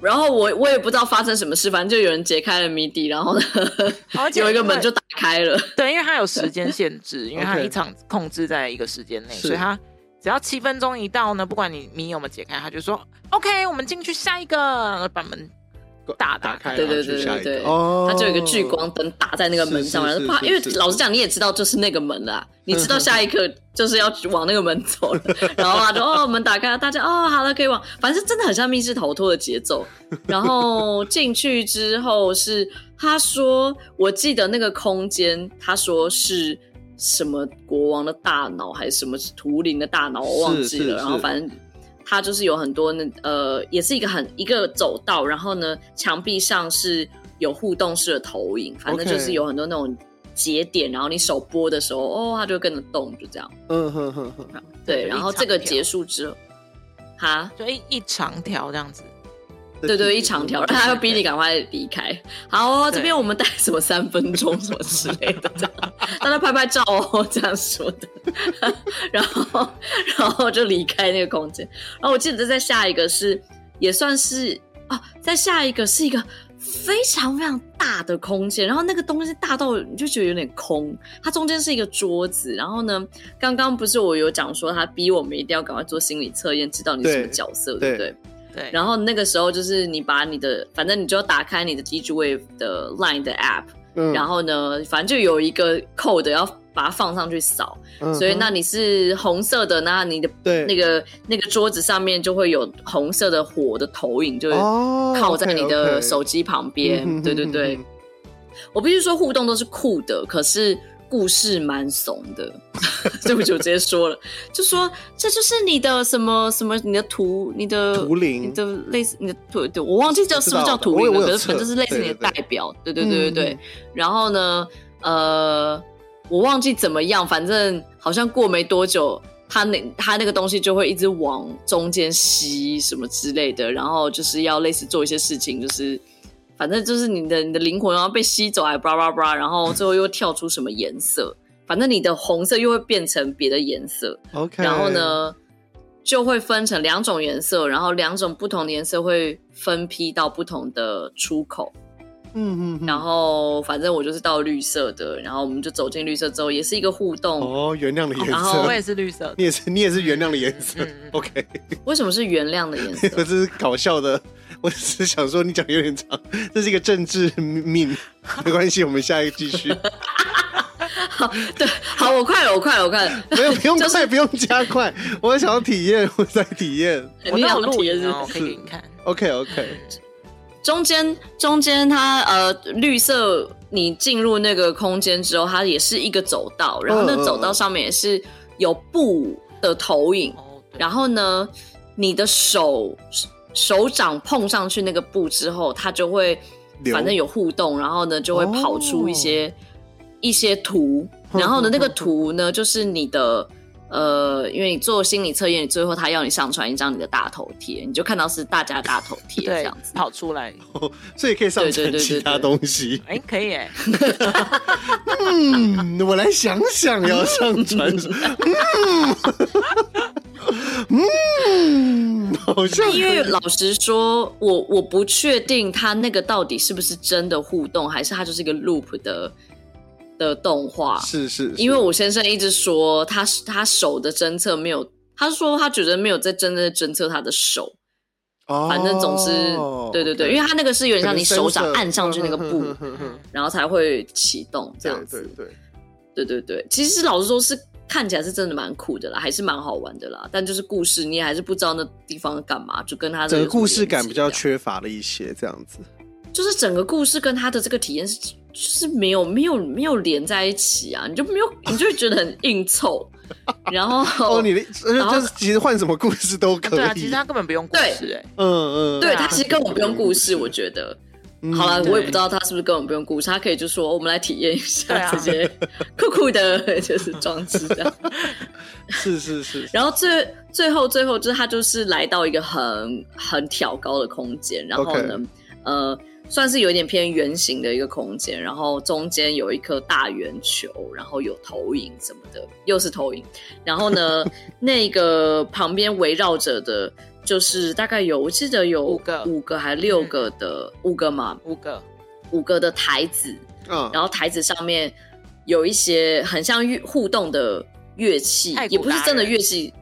然后我我也不知道发生什么事，反正就有人解开了谜底，然后呢
而且
有一个
因为
门就打开了。
对，因为它有时间限制，因为它
OK
一场控制在一个时间内，
是
所以它只要七分钟一到呢，不管你谜有没有解开，它就说 OK，我们进去下一个，然后把门大
打开，
对对
然后去
对
下一
对
个
对
哦，
它就有一个聚光灯打在那个门上，
是
然
是
后啪，
是
因为
是是
老实讲，你也知道就是那个门了啊，你知道下一刻就是要往那个门走 了，然后啊就哦门打开了，大家哦好了可以往，反正真的很像密室逃脱的节奏。然后进去之后是他说，我记得那个空间，他说是。什么国王的大脑还是什么图灵的大脑，我忘
是
记
是
了。然后
是
反正它就是有很多那呃，也是一个很一个走道，然后呢，墙壁上是有互动式的投影，反正就
OK
是有很多那种节点，然后你手拨的时候，哦，它就跟着动，就这样。
嗯哼哼哼，
对，
就
然后
一长
这个
条
结束之后，哈，
就一一长条这样子。
对对，一长条，然后他会逼你赶快离开。好、哦，这边我们待什么三分钟什么之类的，这样，大家拍拍照哦， 这样说的。然后，然后就离开那个空间。然后我记得在下一个是，也算是啊，在下一个是一个非常非常大的空间，然后那个东西大到你就觉得有点空。它中间是一个桌子，然后呢，刚刚不是我有讲说他逼我们一定要赶快做心理测验，知道你是什么
对
角色，对
对
不对？
对，
然后那个时候就是你把你的，反正你就打开你的 DigiWave 的 Line 的 App，、
嗯，
然后呢，反正就有一个 code 要把它放上去扫，
嗯
所以那你是红色的，那你的
对
那个那个桌子上面就会有红色的火的投影，就是
哦
靠在你的
OK，OK
手机旁边。
嗯哼
对对对，
哼哼
我必须说互动都是酷的，可是故事蛮怂 的，所以我就直接说了，
就说这就是你的什么什么，你的图，你的
图
你
灵
的类似你的图，对我忘记叫是不是叫图
我
灵
有
了，
我有
可是反正就是类似
测
你的
对对
代
对
表，对对对对对。
嗯
然后呢，呃，我忘记怎么样，反正好像过没多久，他那他那个东西就会一直往中间吸什么之类的，然后就是要类似做一些事情，就是反正就是你的你的灵魂要被吸走，哎，巴拉巴拉，然后最后又跳出什么颜色，反正你的红色又会变成别的颜色，
OK，
然后？呢，就会分成两种颜色，然后两种不同的颜色会分批到不同的出口。
嗯嗯，嗯
然后反正我就是到绿色的，然后我们就走进绿色之后，也是一个互动。
哦，原谅的颜
然后
我
色，
也是绿色的
你也是你也是原谅的颜色
嗯嗯。
OK，
为什么是原谅的颜
我
色？
这是搞笑的，我只是想说你讲有点长，这是一个政治命，没关系，我们下一个 继续。
对，好，我快了，我快了，我快了。
没有，不用
就
快，不用加快，我想要体验，我在体验。
我
你
那
想
有录
体验
影
是
哦，可以给你看。
OK OK，
中间中间它呃绿色，你进入那个空间之后，它也是一个走道，然后那
嗯嗯嗯
走道上面也是有布的投影，
哦，对
然后呢，你的手手掌碰上去那个布之后，它就会
流
反正有互动，然后呢就会跑出一些、一些图，
哦哼
然后呢
哼
那个
哼
图呢就是你的。呃，因为你做心理测验，你最后他要你上传一张你的大头贴，你就看到是大家的大头贴这
对
样子。
跑出 来，
所以可以上
对对对
传
对
其他
对
东西。
哎，可以哎，
嗯，我来想想要上传什么。嗯，嗯，好像
但因为老实说，我我不确定他那个到底是不是真的互动，还是他就是一个 loop 的的动画。
是是，是
因为我先生一直说他他手的侦测没有他说他觉得没有在真的侦测他的手，
哦，
反正总之，对对对，因
为
为他那个是有点像你手掌按上去那个布，
嗯
然后才会启动这
对
样
对
子。
对，
对对对，其实老实说是看起来是真的蛮酷的啦，还是蛮好玩的啦。但就是故事你也还是不知道那地方干嘛，就跟他的
整个故事感比较
缺。
缺乏了一些，这样子。
就是整个故事跟他的这个体验是就是没有没有没有连在一起啊，你就没有你就会觉得很硬凑， 然后
哦，你的就
然后哦
就是其实换什么故事都
啊
可
对啊，其
以
实，他根本不用故
对
事哎，
嗯嗯，
对
啊
他其实根本不用故事，我觉得。
嗯
好了，
对
我也不知道他是不是根本不用故事，他可以就说哦我们来体验一
对
下
啊
这些酷酷的， 就是装置这样。
是是是，
然后最最后最后就是他就是来到一个很很挑高的空间，然后呢
OK
呃，算是有一点偏圆形的一个空间，然后中间有一颗大圆球，然后有投影什么的，又是投影。然后 呢，那个旁边围绕着的，就是大概有我记得有
五个
五个还六个的、五个嘛，
五个
五个的台子，
嗯，
然后台子上面有一些很像乐互动的乐器
太，鼓
也不是真的乐器，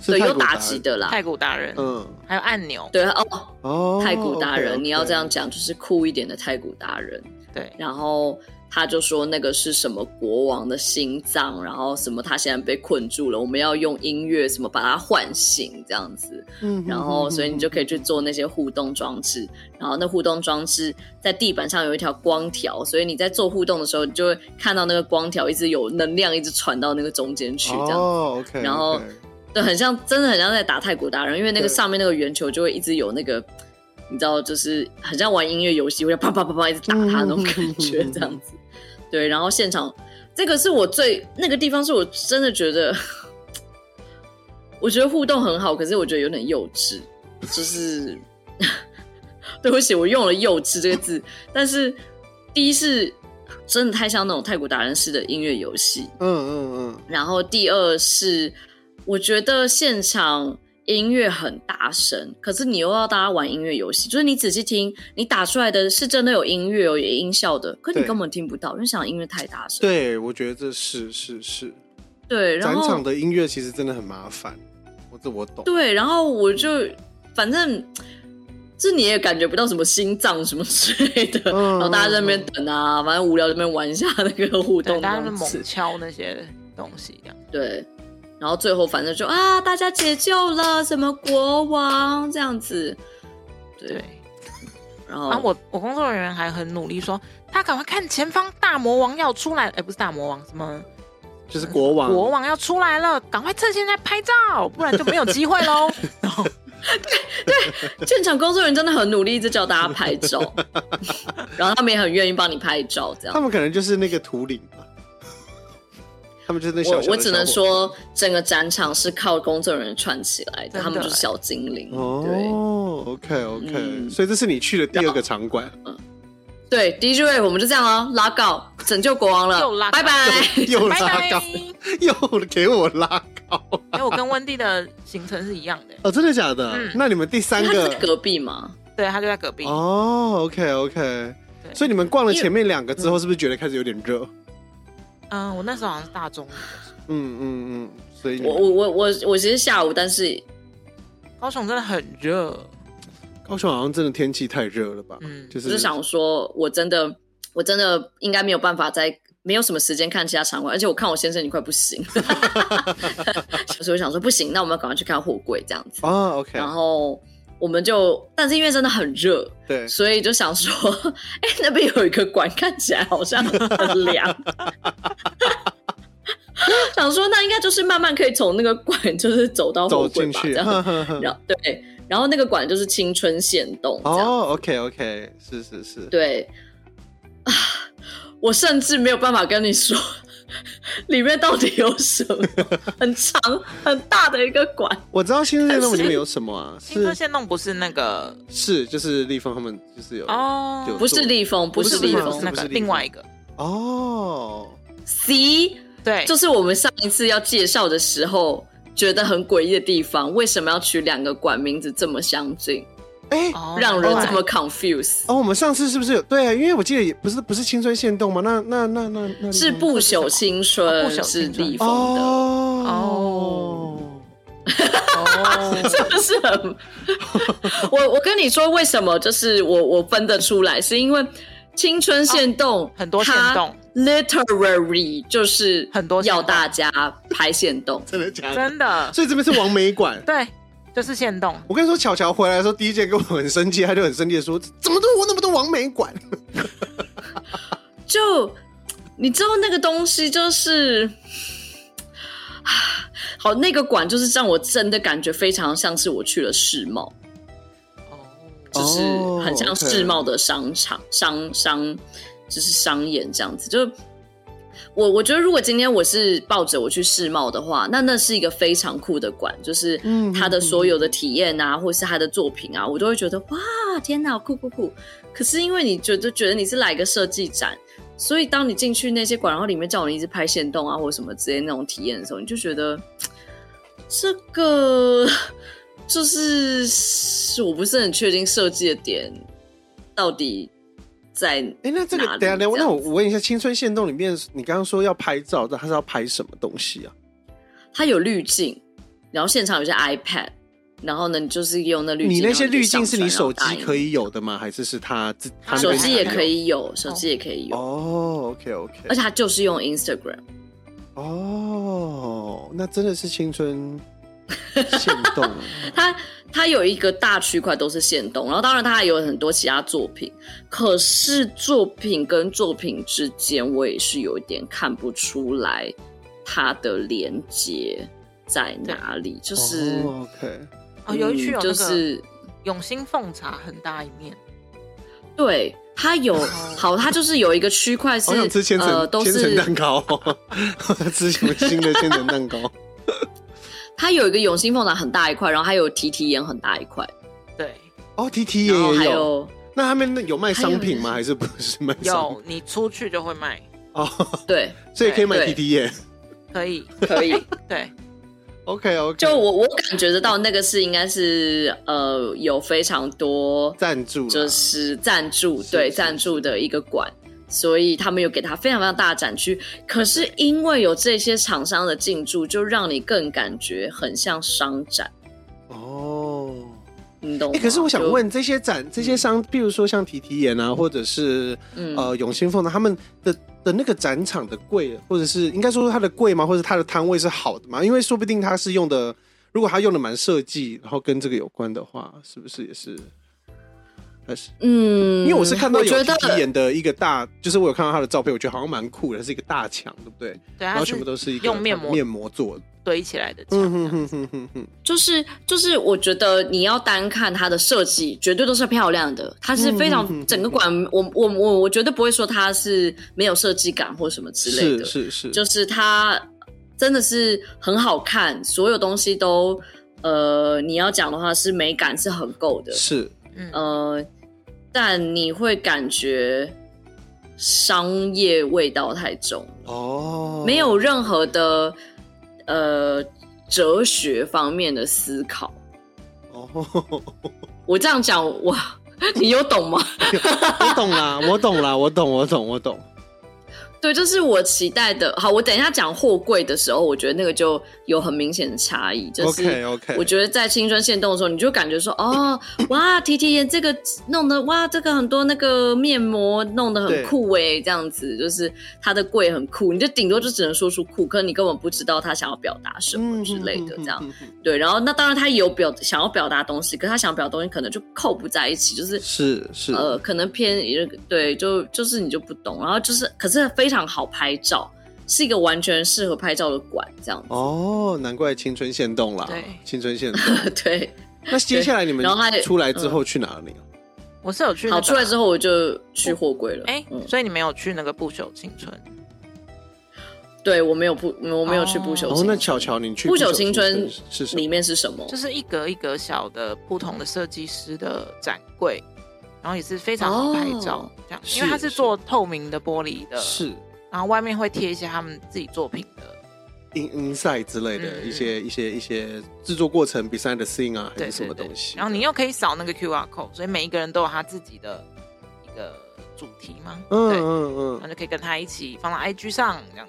是
对，
太
有
古达
打
人
击的啦。
太古达人，
嗯
还有按钮，
对哦，
哦，
太古达人
OK，OK
你要这样讲，就是酷一点的太古达人。
对，
然后他就说那个是什么国王的心脏，然后什么他现在被困住了，我们要用音乐什么把他唤醒这样子。
嗯
然后所以你就可以去做那些互动装置，然后那互动装置在地板上有一条光条，所以你在做互动的时候，你就会看到那个光条一直有能量一直传到那个中间去，这样。
哦，OK，
然后对，很像，真的很像在打泰国达人，因为那个
对
上面那个圆球就会一直有那个，你知道，就是很像玩音乐游戏，会啪啪啪啪一直打
嗯
它那种感觉，这样子。对，然后现场这个是我最那个地方，是我真的觉得， 我觉得互动很好，可是我觉得有点幼稚，就是 对不起，我用了“幼稚”这个字，但是第一是真的太像那种泰国达人式的音乐游戏，
嗯嗯
然后第二是，我觉得现场音乐很大声，可是你又要大家玩音乐游戏，就是你仔细听，你打出来的是真的有音乐哦，有音效的，可你
对
根本听不到，因为现场音乐太大
嗯，
声。
对，我觉得这是是是，
对，然
展场
后
的音乐其实真的很麻烦，我这我懂，
对，然后我就反正。这你也感觉不到什么心脏什么之类的，
嗯
然后大家在那边等啊，反正无聊这边玩一下那个互
对，
动，
大家
这
就
样子
猛敲那些东西这样。
对，然后最后反正就啊，大家解救了什么国王这样子，对，
对，
然后、
然后我我工作人员还很努力说，他赶快看前方大魔王要出来，哎，不是大魔王，什么
就是国
嗯
王
国王要出来了，赶快趁现在拍照，不然就没有机会喽。 然后
现场工作人员真的很努力，一直叫大家拍照，然后他们也很愿意帮你拍照，这
他
样。
们可能就是那个图灵吧，他们就是那小小
我
的
我只能
小伙
说，整个展场是靠工作人员串起来的，
真的
他们就是小精灵。
子哦，OK OK，、
嗯哦
所以这是你去的第二个场馆，
对对，DJ Wave，我们就这样哦，拉稿，拯救国王
又
了，
拉
拜
稿
拜。
又
拜
拉
拜。
高，又给我拉高，
哎，我跟温蒂的行程是一样的，
哦，真的假的？
嗯
那你们第三
因 为他
个
在隔壁嘛，
对他就在隔壁。
哦，OK OK，
对
所以你们逛了
因为
前面两个之后，是不是觉得开始有点热？
嗯，我那时候好像是大中午的时
嗯嗯嗯，所以你
我
们
我我我我其实下午，但是
候，高雄真的很热。
高雄好像真的天气太热了吧？
嗯
就
我
是
就想说，我真的，我真的应该没有办法在没有什么时间看其他场馆，而且我看我先生已经快不行 了，所以我想说不行，那我们要赶快去看货柜这样子。
哦，OK，
然后我们就，但是因为真的很热，
对，
所以就想说，哎、那边有一个馆看起来好像很凉， 想说那应该就是慢慢可以从那个馆就是走到货
走
柜
进
吧，
去，
这
呵
样。
呵呵
然后对，然后那个馆就是青春限动这样。
哦，OK OK，是是是，
对啊，我甚至没有办法跟你说里面到底有什么，很长很大的一个馆，
我知道新日那
但是
里面有什么啊？
新车
是
线弄不是那个
是，就是立丰他们就是有
哦，
就
不是立丰，不是立
立
丰
丰
那
不是
个
立丰
另外一个，
哦，
，C
对，
就是我们上一次要介绍的时候。觉得很诡异的地方，为什么要取两个馆名字这么相近，
哎
哦
让人这么
对
confuse？、
哦，我们上次是不是有对啊？因为我记得也不是不是青春限动吗？那那那那那
是不朽青春，
哦不朽
是
青春
立丰的。
哦，
哦 哦，
是不是很？ 我我跟你说，为什么就是我我分得出来，是因为青春限动、
哦很多线动，
literary 就是
很多限
要
动
大家拍限动
真的假的？
真的，
所以这边是王美馆。
对，就是线动，
我跟你说，巧巧回来的时候，第一件跟我很生气，他就很生气的说：“怎么都有那么多王美馆
就你知道那个东西就是。 好，那个馆就是让我真的感觉非常像是我去了世贸，
哦，
就是
哦
很像
OK
世贸的商场、商商，就是商演这样子。就我我觉得，如果今天我是抱着我去世贸的话，那那是一个非常酷的馆，就是
嗯
他的所有的体验啊，或者是他的作品啊，我都会觉得哇，天哪，酷酷酷！可是因为你觉得觉得你是来一个设计展，所以当你进去那些馆，然后里面叫你一直拍线动啊，或者什么之类那种体验的时候，你就觉得这个 就是是我不是很确定设计的点到底在哪里。”
哎、那这个等一下等一下，那我我问一下，青春限动里面，你刚刚说要拍照，那他是要拍什么东西啊？
它有滤镜，然后现场有些 iPad，然后呢，你就是用那滤镜。啊
你那些
然后就
滤镜是你
上传
手机可，以有的吗？还是是他自他
然
那
后打
边
印手机也可
才
以有，手机也可以
有？
有，
哦，OK OK，
而且它就是用 Instagram。
哦，那真的是青 春限动
它它有一个大区块都是限动，然后当然它还有很多其他作品，可是作品跟作品之间，我也是有一点看不出来它的连接在哪里，就是、
哦，OK，
哦，有一区
嗯
有那
就
个
是
永兴奉茶很大一面，
对。它有
哦
好，它就是有一个区块是
好想吃千层、
呃，都
千层
是
蛋糕 哦，吃什么新的千层蛋糕？
它有一个永兴凤爪很大一块，然后还有提提盐很大一块，
对，
哦，T T 也
然后还
有。
有
那他们那有卖商品吗？
还
还是不是卖商品？
有你出去就会卖，
哦，
对，
所以可以买
对
T T 耶。
可以，
可以。
对，
OK OK，
就我我感觉得到那个是应该是呃有非常多
赞助啦啊
就是赞助
是
对
是
赞助的一个馆，所以他们有给他非常非常大的展区。可是因为有这些厂商的进驻，就让你更感觉很像商展，
哦。
你懂吗？
哎，可是我想
就，
问，这些展、这些商，比如说像 T T 盐啊，或者是
嗯
呃永兴凤的，他们的的那个展场的柜，或者是应该说它的柜吗？或者它的摊位是好的吗？因为说不定它是用的，如果它用的蛮设计，然后跟这个有关的话，是不是也是？还是
嗯，
因为我是看到
我
有
觉
T
得
T 演的一个大，就是我有看到他的照片，我觉得好像蛮酷的，是一个大墙，对不对？
对，
然
它
后
是
全部都是一个
用面膜
面膜做的。
堆起来的墙，
嗯哼哼哼哼哼，
就是就是，我觉得你要单看它的设计，绝对都是漂亮的。它是非常、
嗯嗯嗯
整个馆，我我我我绝对不会说它是没有设计感或什么之类
是
的，
是是，
就是它真的是很好看，所有东西都呃，你要讲的话是美感是很够的，
是
嗯，
呃，但你会感觉商业味道太重了。
哦，
没有任何的呃哲学方面的思考。
哦，我
我这样讲，我你有懂吗？
懂啦，我懂啦，我懂，我懂，我懂。
对，就是我期待的。好，我等一下讲货柜的时候，我觉得那个就有很明显的差异，就是
OK OK，
我觉得在青春限动的时候，你就感觉说， 哦，哇，提提眼这个弄的，哇，这个很多那个面膜弄得
对
很酷诶、这样子就是它的柜很酷，你就顶多就只能说出酷，可你根本不知道他想要表达什么之类的，这样。
嗯嗯哼哼哼
对，然后那当然他也有表想要表达的东西，可是他想表达的东西可能就扣不在一起，就是
嗯是是
呃，可能偏一个对，就就是你就不懂，然后就是可是非常好拍照，是一个完全适合拍照的馆这样子。
哦，难怪青春限动啦
对，
青春限动。
对，
那接下来你们
然后嗯还
出来之后去哪里啊？
我是有去那
好
个，
出来之后我就去货柜了。
哎，
嗯，
所以你没有去那个不朽青春，
对我没有不我没有去不朽青
哦
春。
哦，那巧巧你去
不朽
朽
青
春
春
是什
里
么？
面是什么？
就是一格一格小的不同的设计师的展柜，然后也是非常好拍照，
哦
这样，
是
因为它是做透明的玻璃的，，
是
然后外面会贴一些他们自己作品的，
in inside 之类的
嗯
一些一些一些制作过程 behind the scene 啊，还
对
是什么
对对
东西？
然后你又可以扫那个 QR code，所以每一个人都有他自己的一个主题嘛，
嗯
对，
嗯嗯
然后就可以跟他一起放到 IG 上这样。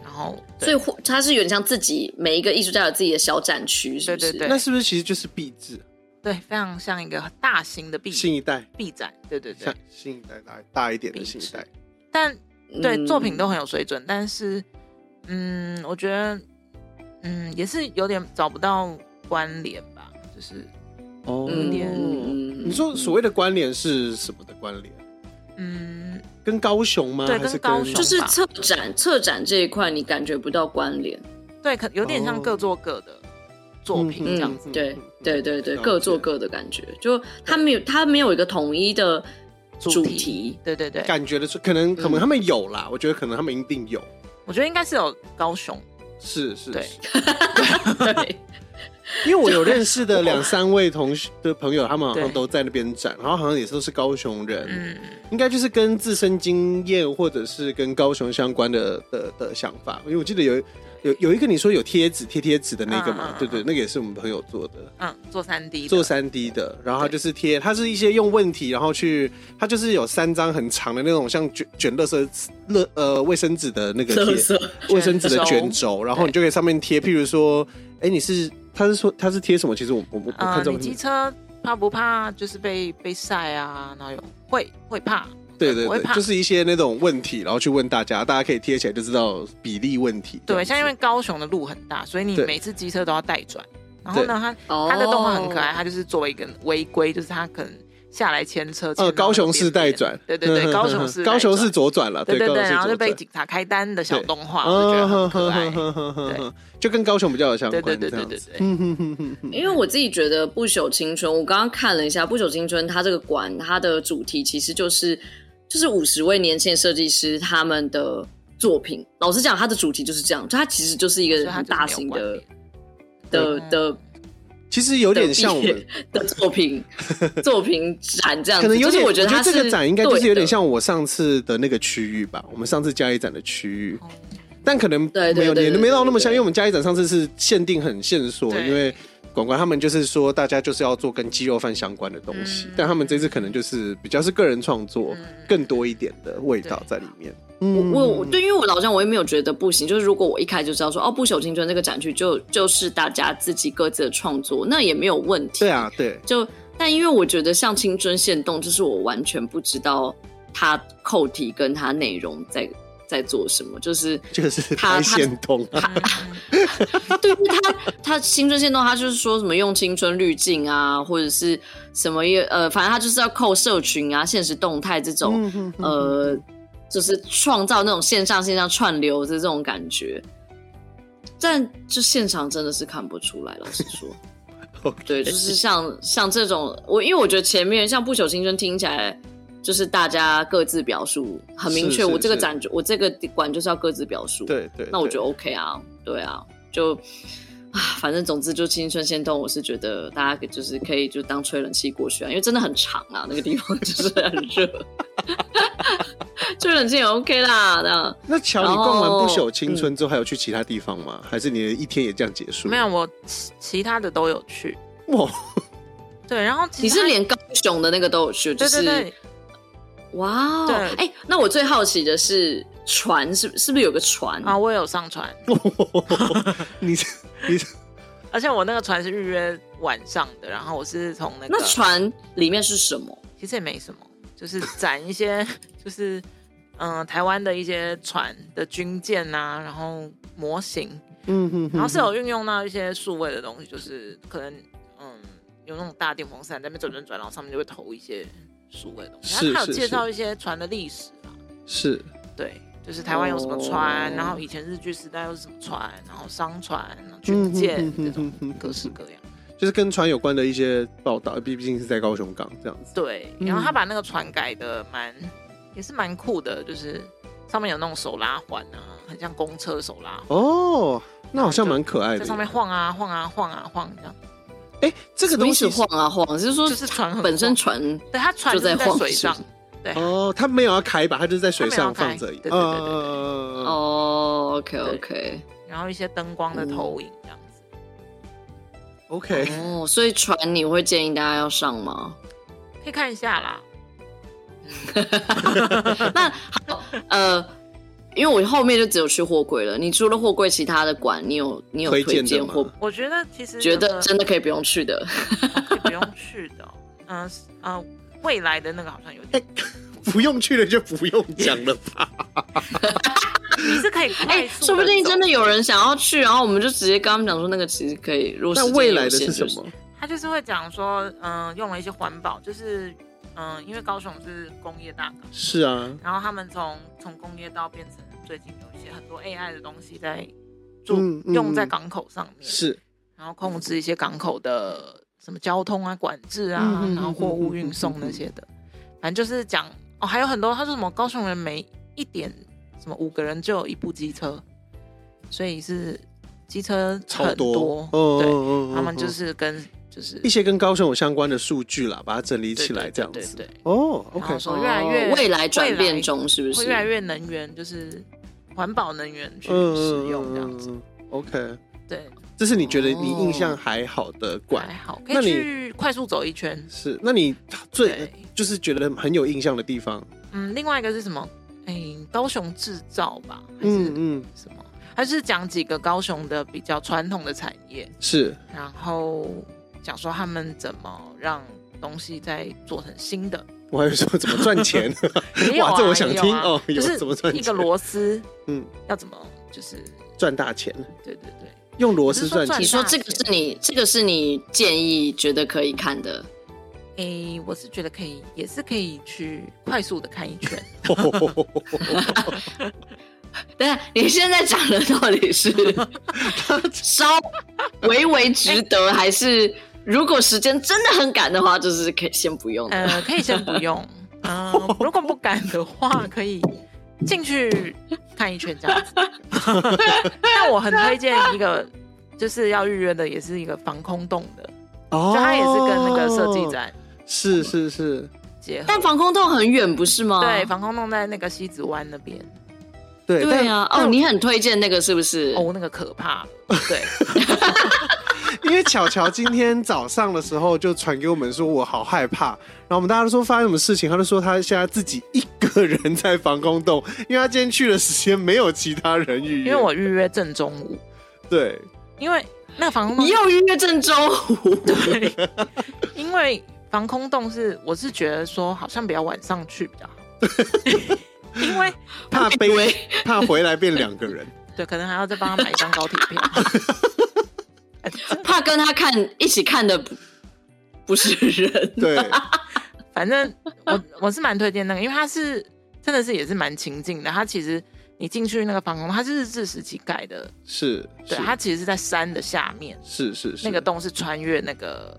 然后
所
对
以或它是有点像自己每一个艺术家有自己的小展区，是不是？
对对
那是不是其实就是壁纸？
对，非常像一个大型的壁
新一代，
壁展，对对对
像。新一代大大一点的
壁
新一
纸
代，
但对、
嗯
作品都很有水准，但是嗯，我觉得嗯也是有点找不到关联吧，就是
哦
嗯
点
嗯
你说所谓的关联是什么的关联？
嗯
跟高雄吗？
对
还是
跟高雄
就是策展策展这一块，你感觉不到关联。
对，可有点像
哦
各做各的作品
嗯
这样
嗯
子。，
对对对对，
了解
各做各的感觉，就他没有他没有一个统一的主
题
题。
对对对，
感觉的是，可能可能他们有啦，我觉得可能他们一定有，
我觉得应该是有高雄，
是是
对
是，
对，
因为我有认识的两三位同学的朋友，他们好像
对
都在那边展，然后好像也都是高雄人，
嗯，
应该就是跟自身经验或者是跟高雄相关的的的想法，因为我记得有有有一个你说有贴纸贴贴纸的那个嘛
嗯，
对对，那个也是我们朋友做的，
嗯，做三 D
做
三
三 D 的，然后它
对
就是贴，它是一些用问题，然后去，它就是有三张很长的那种像卷卷乐色乐呃卫生纸的那个
特
贴，
色
卫生纸的卷
卷
轴，然后你就可以上面贴，譬如说，哎，你是他是说他是贴什么？其实我我我我
啊、
看照
你机
片，
车怕不怕？就是被被晒啊，然后有会会怕，
对对
不会
对，
怕。
就是一些那种问题，然后去问大家，大家可以贴起来就知道比例问题。
对，
这
像
样子
因为高雄的路很大，所以你
对
每次机车都要带转。然后呢，
哦
它它的动画很可爱，它就是作为一个违规，就是它可能下来牵车。牵到那
呃
个
高雄市
边
带
边
转，
对对对，高雄市
高雄
带转
市左转了，
对对
高
对，
雄市
然后就
左
被
转
警察开单的小
对
动画，我就觉得很可爱。
爱。就跟高雄比较有相关，
对对对
这样
对
子
对对
嗯哼哼哼哼
因为我自己觉得《不朽青春》，我刚刚看了一下，《不朽青春》它这个馆，它的主题其实就是就是五十位年轻设计师他们的作品。老实讲，它的主题就是这样，就它其实就是一
哦所以
个
它
很
就是
大
没有
型
关
的
联
的
嗯
的
其实有点像我
的
们
毕，的作 品作品展这样子，
可能有
就是
点，
我觉得它
这个
是
展应该就是
对
有点
的
像我上次的那个区域吧，我们上次嘉义展的区域，
哦
但可能
对对
没有
对
你
对
没到那么像，
对对
因为我们嘉义展上次是限定很线索，
对
因为管管他们就是说大家就是要做跟鸡肉饭相关的东西，
嗯
但他们这次可能就是比较是个人创作
嗯
更多一点的味道在里面。嗯
我我对，因为我老像我也没有觉得不行，就是如果我一开始就知道说哦，不朽青春这个展区就就是大家自己各自的创作，那也没有问题。
对，啊对，
就但因为我觉得像青春限动，就是我完全不知道它扣题跟它内容在在做什么，就是
就是
他他
拍线通啊，
对，因为他他青春限动，他就是说什么用青春滤镜啊，或者是什么也呃，反正他就是要扣社群啊、现实动态这种、
嗯哼哼
呃，就是创造那种线上线上串流的这种感觉。但就现场真的是看不出来，老实说，
OK
对，就是像像这种，我因为我觉得前面像《不朽青春》听起来就是大家各自表述，很明确，
是是
我这个
是
展我这个馆就是要各自表述，
对对，
那我
对
就 OK 啊，对啊，就啊，反正总之就青春先动，我是觉得大家就是可以就当吹冷气过去啊，因为真的很长啊，那个地 方就是很热， 吹冷气也 OK 啦，那
那乔，你逛完《
然后
哦
不朽青春》之后，还有去其他地方吗？还是你的一天也这样结束？
嗯没有，我其其他的都有去。
哇，
对，然后其
你
他
是连高雄的那个都有去，就
对
是
对对，
哇哦，
对
哎、那我最好奇的是船是是不是有个船
啊，？我也有上船，
你 这你这
而且我那个船是预约晚上的，然后我是从那个
那船里面是什么？
其实也没什么，就是展一些 就是嗯、呃台湾的一些船的军舰呐、然后模型，
嗯哼哼，
然后是有运用到一些数位的东西，就是可能嗯有那种大电风扇在那边转转转，然后上面就会投一些数位的东西，
是
然后它
是
有介绍一些船的历史啊，
是
对，就是台湾有什么船，
哦
然后以前日据时代又是什么船，然后商船、然后军舰、
嗯哼
这种
嗯哼嗯哼
各式各样。
就是跟船有关的一些报道，毕竟是在高雄港这样子。
对，
嗯
然后他把那个船改的蛮也是蛮酷的，就是上面有那种手拉环啊，很像公车手拉环，
哦，那好像蛮可爱的。
在上面，晃啊晃啊晃啊晃这样。
哎，这个
什么
东
意思
西
晃啊晃，就是说
就是船很
本身
晃
船
对，它船
就在
是在
晃
水上
是，
哦，它没有要开吧？它就是在水上放着而已。
它没有要开对对对对对
嗯哦，
哦，OK
对
OK。
然后一些灯光的投影这样子。
OK，
哦，所以船你会建议大家要上吗？
可以看一下啦，
那好，呃，因为我后面就只有去货柜了。你除了货柜，其他的馆你有你有
推
推
荐的
荐
吗
或
我觉得其实
觉
那
得
个
真的可以不用去的？
哦可以不用去的哦、嗯是嗯，未来的那个好像有点，
不用去了就不用讲 了吧。
你是可以
哎、
快速地
说不定真的
走
有人想要去，然后我们就直接跟他们讲说，那个其实可以。如果
那
时间
未
有
来的
限
是什
就是
么？
他就是会讲说，嗯、用了一些环保，就是嗯、因为高雄是工业大港，
是啊，
然后他们从从工业到变成最近有一些很多 AI 的东西在做、
嗯嗯
用在
嗯
港口上面，
是
然后控制一些港口的什么交通啊、管制啊，
嗯嗯嗯
然后货物运送那些的，反正就是讲哦，还有很多，他说什么高雄人每一点什么五个人就有一部机车，所以是机车
超
很
多，
对，
嗯
他们就是跟就是
一些跟高雄有相关的数据啦，把它整理起来
对对
这样
对对
子。
对
哦
然后
，OK，
说越来越、
哦未来转变中，是不
会
是？
越来越能源就是环保能源去
嗯
使用这样子，
嗯嗯嗯 OK，
对，
这是你觉得你印象还好的馆
还好，可
那
以
你
去快速走一圈，
是？那你最
对
就是觉得很有印象的地方？
嗯，另外一个是什么？哎、高雄制造吧，还
嗯
是
嗯，
什么？还是讲几个高雄的比较传统的产业，
是
然后讲说他们怎么让东西再做成 新的。
我还说怎么赚钱？
也有啊
哇，这我想
也有
听
啊
哦，有
就是
怎么赚
一个
钱？
螺丝
嗯，
要怎么，就是
赚大钱，
对对对，
用螺
不
丝
是
赚
说赚
钱
你。说这个是你这个是你建议觉得可以看的，
哎、我是觉得可以，也是可以去快速的看一圈。
但你现在讲的到底 是稍微微
哎
值得，还是如果时间真的很赶的话，就是可以先不用的？
呃，可以先不用。嗯、如果不敢的话，可以进去看一圈这样子。但我很推荐一个，就是要预约的，也是一个防空洞的，
哦
就它也是跟那个设计展
是是是，
结合。
但防空洞很远，不是吗？
对，防空洞在那个西子湾那边，
对
对啊。
但
哦，你很推荐那个是不是？
哦，那个可怕了。对，
因为巧巧今天早上的时候就传给我们说，我好害怕。然后我们大家都说发生什么事情，他就说他现在自己一个人在防空洞，因为他今天去的时间没有其他人预约。
因为我预约正中午，
对
因为那个防空洞
你又约郑州湖，
对，因为防空洞是，我是觉得说好像比较晚上去比较好，因为
怕背 怕回来变两个人，
对，可能还要再帮他买一张高铁票。
怕跟他看一起看的不不是人。
对，
反正我我是蛮推荐那个，因为它是真的是也是蛮清静的。它其实你进去那个防空洞，它是日治时期盖的，
是，
对，它其实是在山的下面，
是是是
那个。洞是穿越那个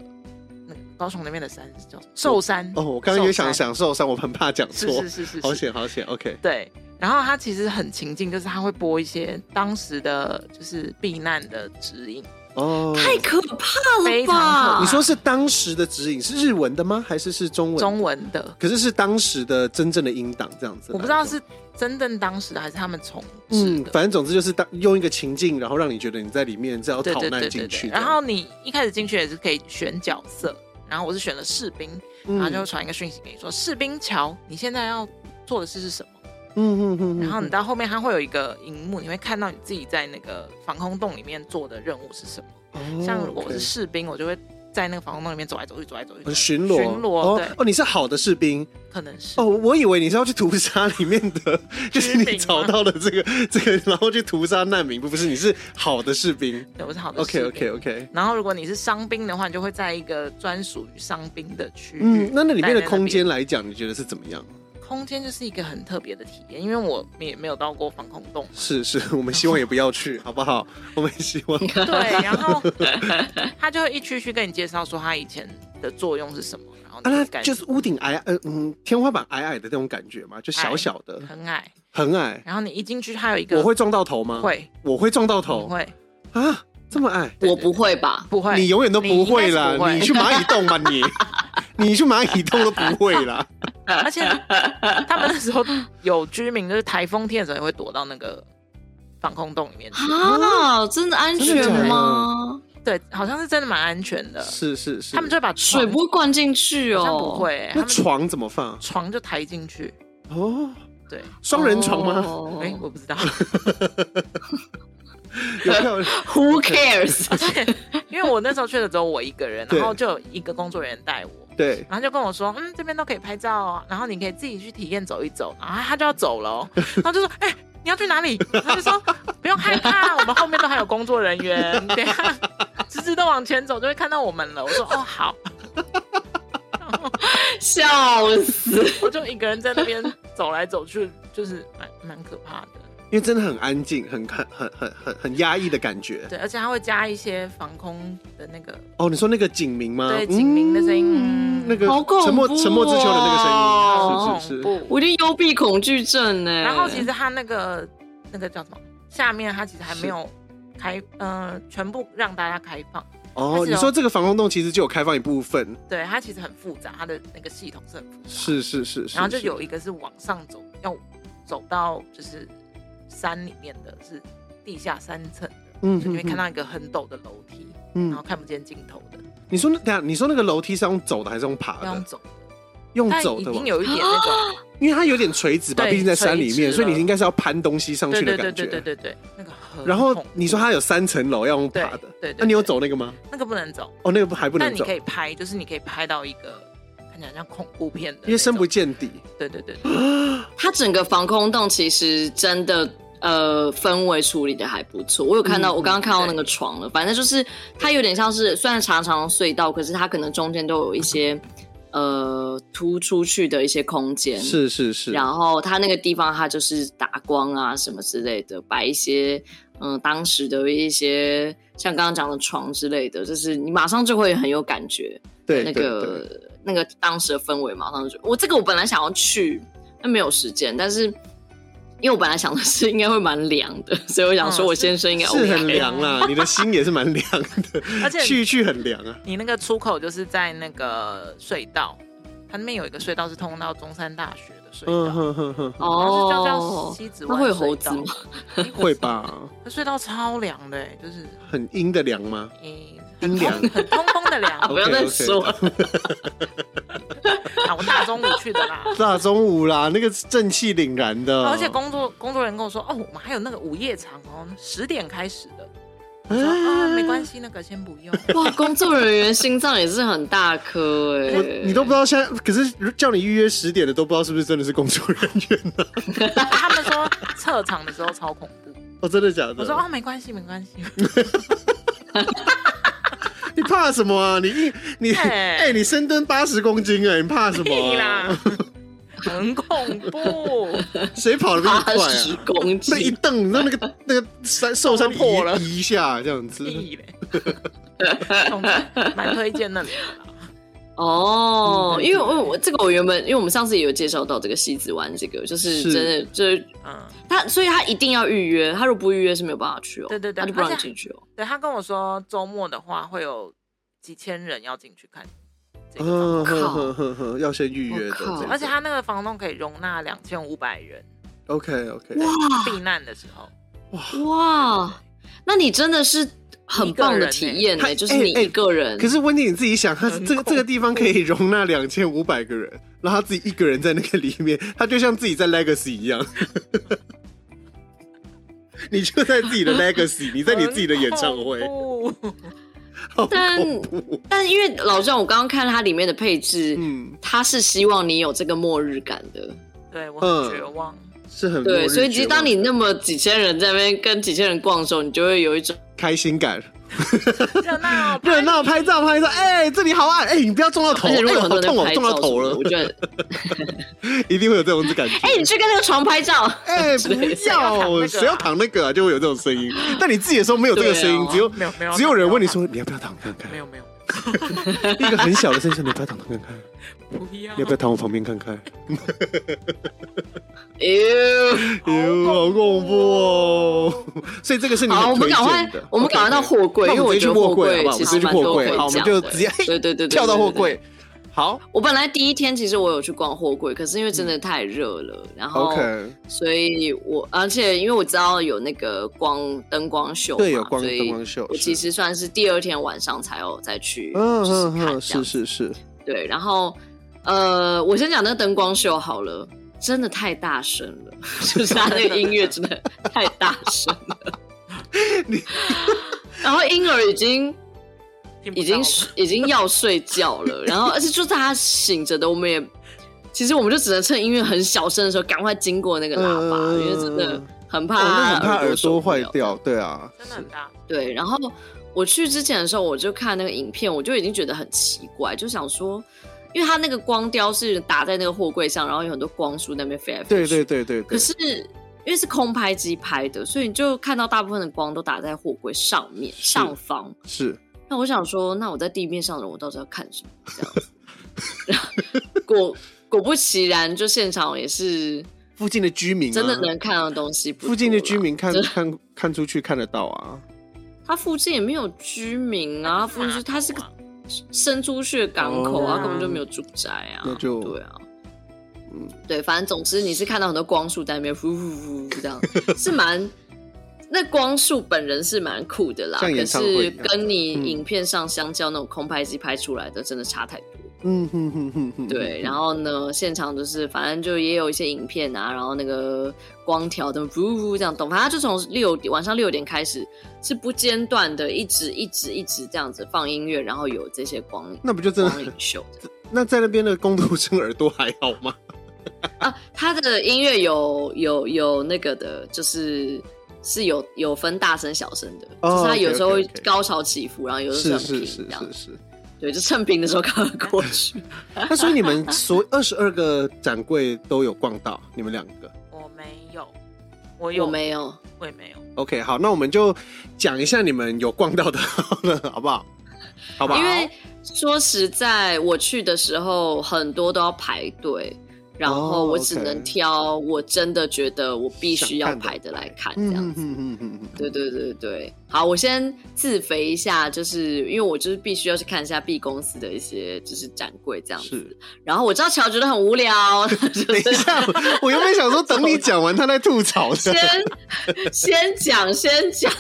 那个高雄那边的山是叫什么寿山。
哦，我刚刚也想
寿山，
想受伤，我很怕讲
是
错
是，是是，
好
是
险好险，OK，
对，然后它其实很情境，就是它会播一些当时的就是避难的指引，
哦。
太可怕
非
了
常可怕
吧
你！说是当时的指引是日文的吗？还是是中文？
中文的，
可是是当时的真正的音档这样子。
我不知道是真正当时的还是他们重置
嗯，
的。
反正总之就是当用一个情境，然后让你觉得你在里面，只要
对
逃
对
难
对
进
对
去
对，
这样。
然后你一开始进去也是可以选角色，然后我是选了士兵，
嗯
然后就传一个讯息给你说，士兵桥，你现在要做的事是什么？
嗯嗯嗯，
然后你到后面它会有一个荧幕，你会看到你自己在那个防空洞里面做的任务是什么。
你
像如果我是士兵，我就会在那个防空洞里面走来走去，走来走去走
哦
来走去，
巡逻
巡逻，
哦
对，
哦，你是好的士兵
可能是
哦，我以为你是要去屠杀里面的，就是
居
你
民
找
吗
到了这个 这个，然后去屠杀难民，不不是，你是好的士兵。
对，我是好的士
OK
兵。
OK OK，
然后如果你是伤兵的话，你就会在一个专属于伤兵的区域。
嗯，那那里面的
待在
空间
边，
来讲，你觉得是怎么样？。
空间就是一个很特别的体验，因为我们也没有到过防空洞
是是，我们希望也不要去，好不好？ 我们希望啊
对，然后他就会一区区跟你介绍说他以前的作用是什么，然后
啊，
你
那
会感觉
就是屋顶矮，呃嗯，天花板矮矮的那种感觉嘛，就小小的，
很矮。
很矮。
然后你一进去，它有一个
我会哦撞到头吗？，
会
我会撞到
你
头
会
啊！这么矮，
我不会吧？
不会？
你永远都不会啦！
你应该是不会
你去蚂蚁洞吧你，你去蚂蚁洞都不会啦。
而且他们那时候有居民，就是台风天的时候也会躲到那个防空洞里面去。
啊，真的安
真的假
全
的
吗？
对，好像是真的蛮安全的。
是是是，
他们就会把床
水不会灌进去
好
哦？
像不会、欸，他
那
们
床怎么放？
床就抬进去，
哦，
对，
双人床吗？
哦
哎，我不知道，
有没有？
Who cares？
而且因为我那时候去的只有我一个人，
对
然后就有一个工作人员带我，
对，
然后就跟我说，嗯，这边都可以拍照哦，然后你可以自己去体验走一走，然后他就要走了哦，然后就说，哎、你要去哪里？他就说不用害怕，我们后面都还有工作人员， 等一下直直的往前走就会看到我们了。我说哦好，
笑死！
我就一个人在那边走来走去，就是蛮蛮可怕的。
因为真的很安静，很很很很很很压抑的感觉。
对，而且他会加一些防空的那个，
哦，你说那个警鸣吗？
对警鸣的声音
嗯
嗯
那个
好恐怖哦
沉默沉默之丘的那
哦
个声音，是
恐
是是。
怖。
我一定幽闭恐惧症呢、
然后其实它那个那个叫什么，下面它其实还没有开，呃，全部让大家开放。
哦，
它是
你
有
说这个防空洞其实就有开放一部分，
对，它其实很复杂，它的那个系统是很复杂。
是是是是。
然后就是有一个是往上走，要走到就是山里面的，是地下三层的，
嗯
你会看
到
到一个很陡的楼梯，然
嗯
后，看不见尽头的，
你说那等一下你说那个楼梯是用走的还是用爬
要
的？
走。
用
但
走
已
的
经
吧，
有一点那 种，
因为它有点垂直吧，
对
毕竟在山里
垂
面，
直
所以你
了
应该是要攀东西上
对
去的
对
感
对对对
觉。
对对，那个很恐怖。
然后你说它有三层楼要用爬的，
对对对
那你有
对
走那个吗？
那个不能走，
哦，那个还不
但
能
你
走
可，以拍，就是你可以拍到一个看起来像恐怖片的那种，
因为深不见底。
对 对对对
它整个防空洞其实真的呃氛围处理的还不错。我有看到，
嗯
我刚刚看到那个床了，反正就是它有点像是虽然长长的隧道，可是它可能中间都有一些呃突出去的一些空间。。
是是是，
然后它那个地方，它就是打光啊什么之类的，摆一些嗯、当时的一些像刚刚讲的床之类的，就是你马上就会很有感觉。
对
那
对对
个那个当时的氛围嘛，马上就我这个我本来想要去，但没有时间，但是因为我本来想的是应该会蛮凉的，所以我想说
嗯
我先生应该
是
OK，、
很凉啦，你的心也是蛮凉 的，
而且
去去很凉啊。
你那个出口就是在那个隧道，它那边有一个隧道是通到中山大学的隧
嗯
道，
哼哼哼，哼
然后就叫
哦，
西子
那
湾
会有
隧
猴子
道
吗？
应该
会？吧？
它隧道超凉的、欸，就是
很阴的凉吗？
嗯，
阴
很
凉
通很通风 的凉
啊，不要再
OK，OK
说了，
啊！我大中午去的啦。
大中午啦，那个正气凛然
嗯
的，
而且工作工作人员跟我说，哦，我们还有那个午夜场哦，十点开始的。我说
嗯
啊，没关系，那个先不用。
哇，工作人员心脏也是很大颗哎、
我 你都不知道现在，可是叫你预约十点的都不知道是不是真的是工作人员呢、
他们说撤场的时候超恐怖。
哦，真的假
嗯
的？
我说哦，没关系，没关 系。
你怕什么啊？你一你哎、
哎
你深蹲八十公斤哎、你怕什么、
屁啦
啊？，
很恐 怖。
谁跑得比你
八
快
十
啊？
公
那一
斤，
蹬，你知道那 个那个山受伤
破了
移一下这样子。
屁嘞，总之蛮推荐那里的啦。
哦，
嗯
因为我我这个我原本因为我们上次也有介绍到这个西子湾，这个就是
是
真的就是
嗯，
他，所以他一定要预约，他如果不预约是没有办法去哦。
对对对
他就不让你
而且
进去哦。
对他跟我说，周末的话会有几千人要进去看这个房
嗯
靠
哼哼哼哼，要先预约的
我靠
这个，
而且他那个房东可以容纳两千五百人，
OK OK，
避难的时候，
哇，那你真的是很棒的体验呢、
一个人欸
就是你一个人。
可是温蒂你自己想，他
很
这个
恐怖
这个地方可以容纳两千五百个人，然后他自己一个人在那个里面，他就像自己在 Legacy 一样， 你就在自己 的 Legacy，你在你自己的演唱会
很，恐怖
好
但
恐怖。
但因为老张，我刚刚看它里面的配置，
嗯，
他是希望你有这个末日感的。
对我
嗯
很绝望。
是很末
对，
日
所以其
绝
实
望
当你那么几千人在那边跟几千人逛的时候，你就会有一种
开心感。
热 闹，
热闹拍照拍照，哎、这里好暗，哎、你不要撞到头，
而且 如
哎
果
呦
很
好
多人
痛哦，
拍
撞到
照什
头
么的，
了
我，觉得，
一定会有这种感觉。
哎、你去跟那个床拍照，
哎、不要，谁
谁
要
要
躺
躺
那个啊？就会有这种声音。但你自己的时候没有这个声音，
对啊
只有
没有没有
只有人问你说你要不要躺看看
没？有没有，
一个很小的声音说你要不要躺躺看看？
不要
你要不要躺我旁边看 看？
哎
哟，哎好恐怖哦！ 所以这个是你
呦，好，我
很
们
推
赶快
荐的。，
我们赶快到
OK，OK
货柜，
那
因为
我
我
们
觉得柜其
直接去货好吧？我们直
实
接去
蛮
货
多可以
柜，
讲的。
好，我们就直接哎
对对对，对
跳到货。
对对对
柜。好
我本来第一天其实我有去逛货柜，可是因为真的太热了，然后
，OK，
所以我而且因为我知道有那个光灯光秀嘛，
对，有光
所以
灯光秀
我，
是
其实算是第二天晚上才有再去，就
嗯
是
嗯
看
嗯，
这
是
样子
是是，
对，然后呃，我先讲那个灯光秀好了。真的太大声了， 就是他那个音乐真的太大声了。
你
然后婴儿已经
听不
已经
到
睡已经要睡觉了，然后而且就是他醒着的，我们也其实我们就只能趁音乐很小声的时候赶快经过那个喇叭，
嗯
因为真的很怕、
哦那很怕耳
受
朵
不
坏
了
掉，对啊，
真的很大，
对，然后我去之前的时候，我就看那个影片，我就已经觉得很奇怪，就想说，因为它那个光雕是打在那个货柜上，然后有很多光束在那边飞来飞
对
去。
对对对对。
可是因为是空拍机拍的，所以你就看到大部分的光都打在货柜上面上方。
是
那我想说，那我在地面上的人，我到底要看什么？这样子， 然后 果果不其然，就现场也是
附近的居民、啊，
真的能看到东西不多
附近的
啦
居民看
真
看看出去看得到啊，
它附近也没有居民啊，它附近就它是个伸出去的港口啊，
哦
根本就没有住宅啊。
那就
对啊，
嗯
对，反正总之你是看到很多光束在那边呼呼呼呼这 样，是蛮那光束本人是蛮酷的啦，
像
可
演唱会
是
一样
跟你
嗯
影片上相较那种空拍机拍出来的真的差太多。
嗯哼哼哼哼，
对，然
后
后呢，现场就是反正就也有一些影片啊，然后那个光条的呜呜这样动，反正它就从六点晚上六点开始是不间断的，一直一直一直这样子放音乐，然后有这些光
那不就真
光
的
影秀
那在那边的工读生耳朵还好吗？
啊，它的音乐有有有那个的，就是。是有有分大声小声的
哦
就是它有时候会
OK，OK，OK
高潮起伏，然后有的时
是
候很
是
平，
是
这样
是是。
对，就趁平的时候赶快过去。
那所以你们 所二十二个展柜都有逛到，你们两个。
我没有，我有
有没有？
我也没有，
OK，好，那我们就讲一下你们有逛到的，好了，好 不好？好吧
因，为说实在，我去的时候很多都要排队，然后
哦
我只
OK
能挑我真的觉得我必须要
想看
排
的
的来看，这
嗯
样
哼
子。
哼哼哼哼，
对对对对，好，我先自肥一下，就是因为我就是必须要去看一下 B 公司的一些就是展柜这样子。
是。
然后我知道乔觉得很无聊，就
等 一
是
下，我原本想说等你讲完他再吐槽的
先。先讲，先讲。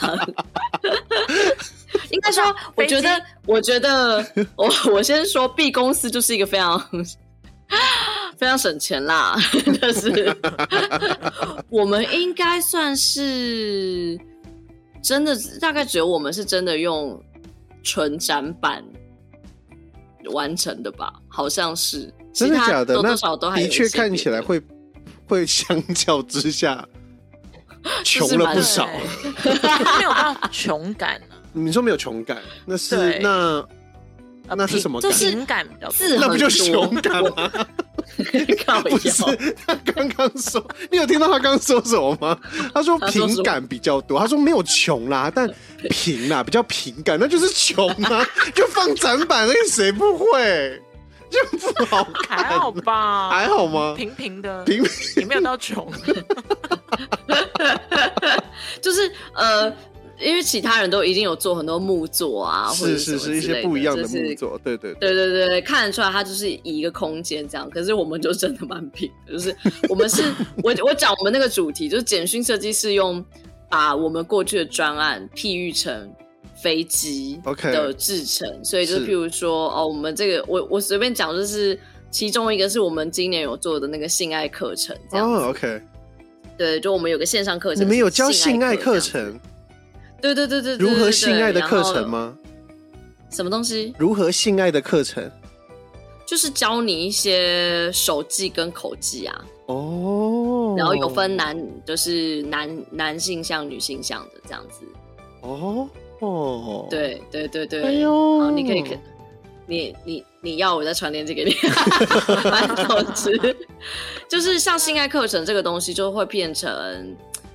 应该说，我觉得，我觉得，我我先说，B 公司就是一个非常非常省钱啦，但是我们应该算是真的，大概只有我们是真的用纯展板完成的吧，好像是，其
真的
他
假的？
多
那
多少少都还有
的
一
确
些
看
别
起来
的
会会相较之 下穷了不
蛮
少。啊
对没有到穷感啊呢、
你说没有穷感，那是
对
那
呃
那是什么
就
感？
是
情感比较多
字
那不就
很
是
多
穷感吗？
靠
不
腰
是，他刚刚说，你有听到他刚刚说什么 吗？他说
他说什
平
么
感比较多，他说没有穷啦，但平啦比较平感，那就是穷 啊，就放展板那个谁不会，就不好看，
还好吧，
还 好吗？
平平的，
平
也没有 到穷，
就是呃，因为其他人都一定有做很多木作啊，或者
是是
什么
是一
之类
些不一样的
就
木
是
作，对对对，
对对对对，看得出来他就是以一个空间这样，可是我们就真的蛮平的，就是我们是我我讲我们那个主题就是简讯设计是用把我们过去的专案譬喻成。飞机
OK
的制成所以就是是譬如说哦，我们这个我我随便讲，就是其中一个是我们今年有做的那个性爱课程，这样、
哦，OK，
对，就我们有个线上课程，
你们有教
性
性爱
这
课
样子
程，
对对对对，对
如何
对
性爱的
然
课
后
程吗？
什么东西？
如何性爱的课程？
就是教你一些手技跟口技啊，
哦，
然后有分男，就是男男性向、女性向的这样子。
哦哦，，
对对对对，
哎呦
好，你可以可，你你你要我再传链接 给你， 蛮好吃。就是像性爱课程这个东西，就会变成，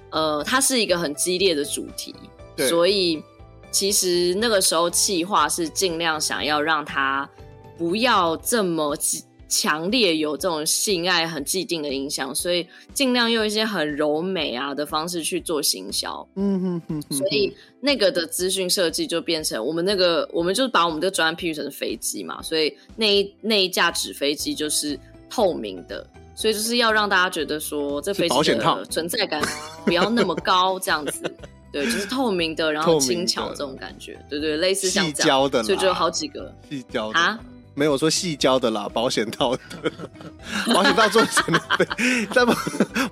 呃，它是一个很激烈的主题，
对
所以其实那个时候企划是尽量想要让它不要这么激强烈有这种性爱很既定的影响，所以尽量用一些很柔美啊的方式去做行销。
嗯哼哼哼，
所以那个的资讯设计就变成我们那个，我们就是把我们的专案譬喻成飞机嘛，所以那一那一架纸飞机就是透明的，所以就是要让大家觉得说这飞
是保
机
险套
的存在感不要那么高，这 样子，对，就是透明的，然
透
后
明的
轻巧这种感觉，对对，类似像
细
这样，
胶的啦，
所以就有好几个
细胶的
啊，
没有说细胶的啦，保险 套的，保险套做成的。那么，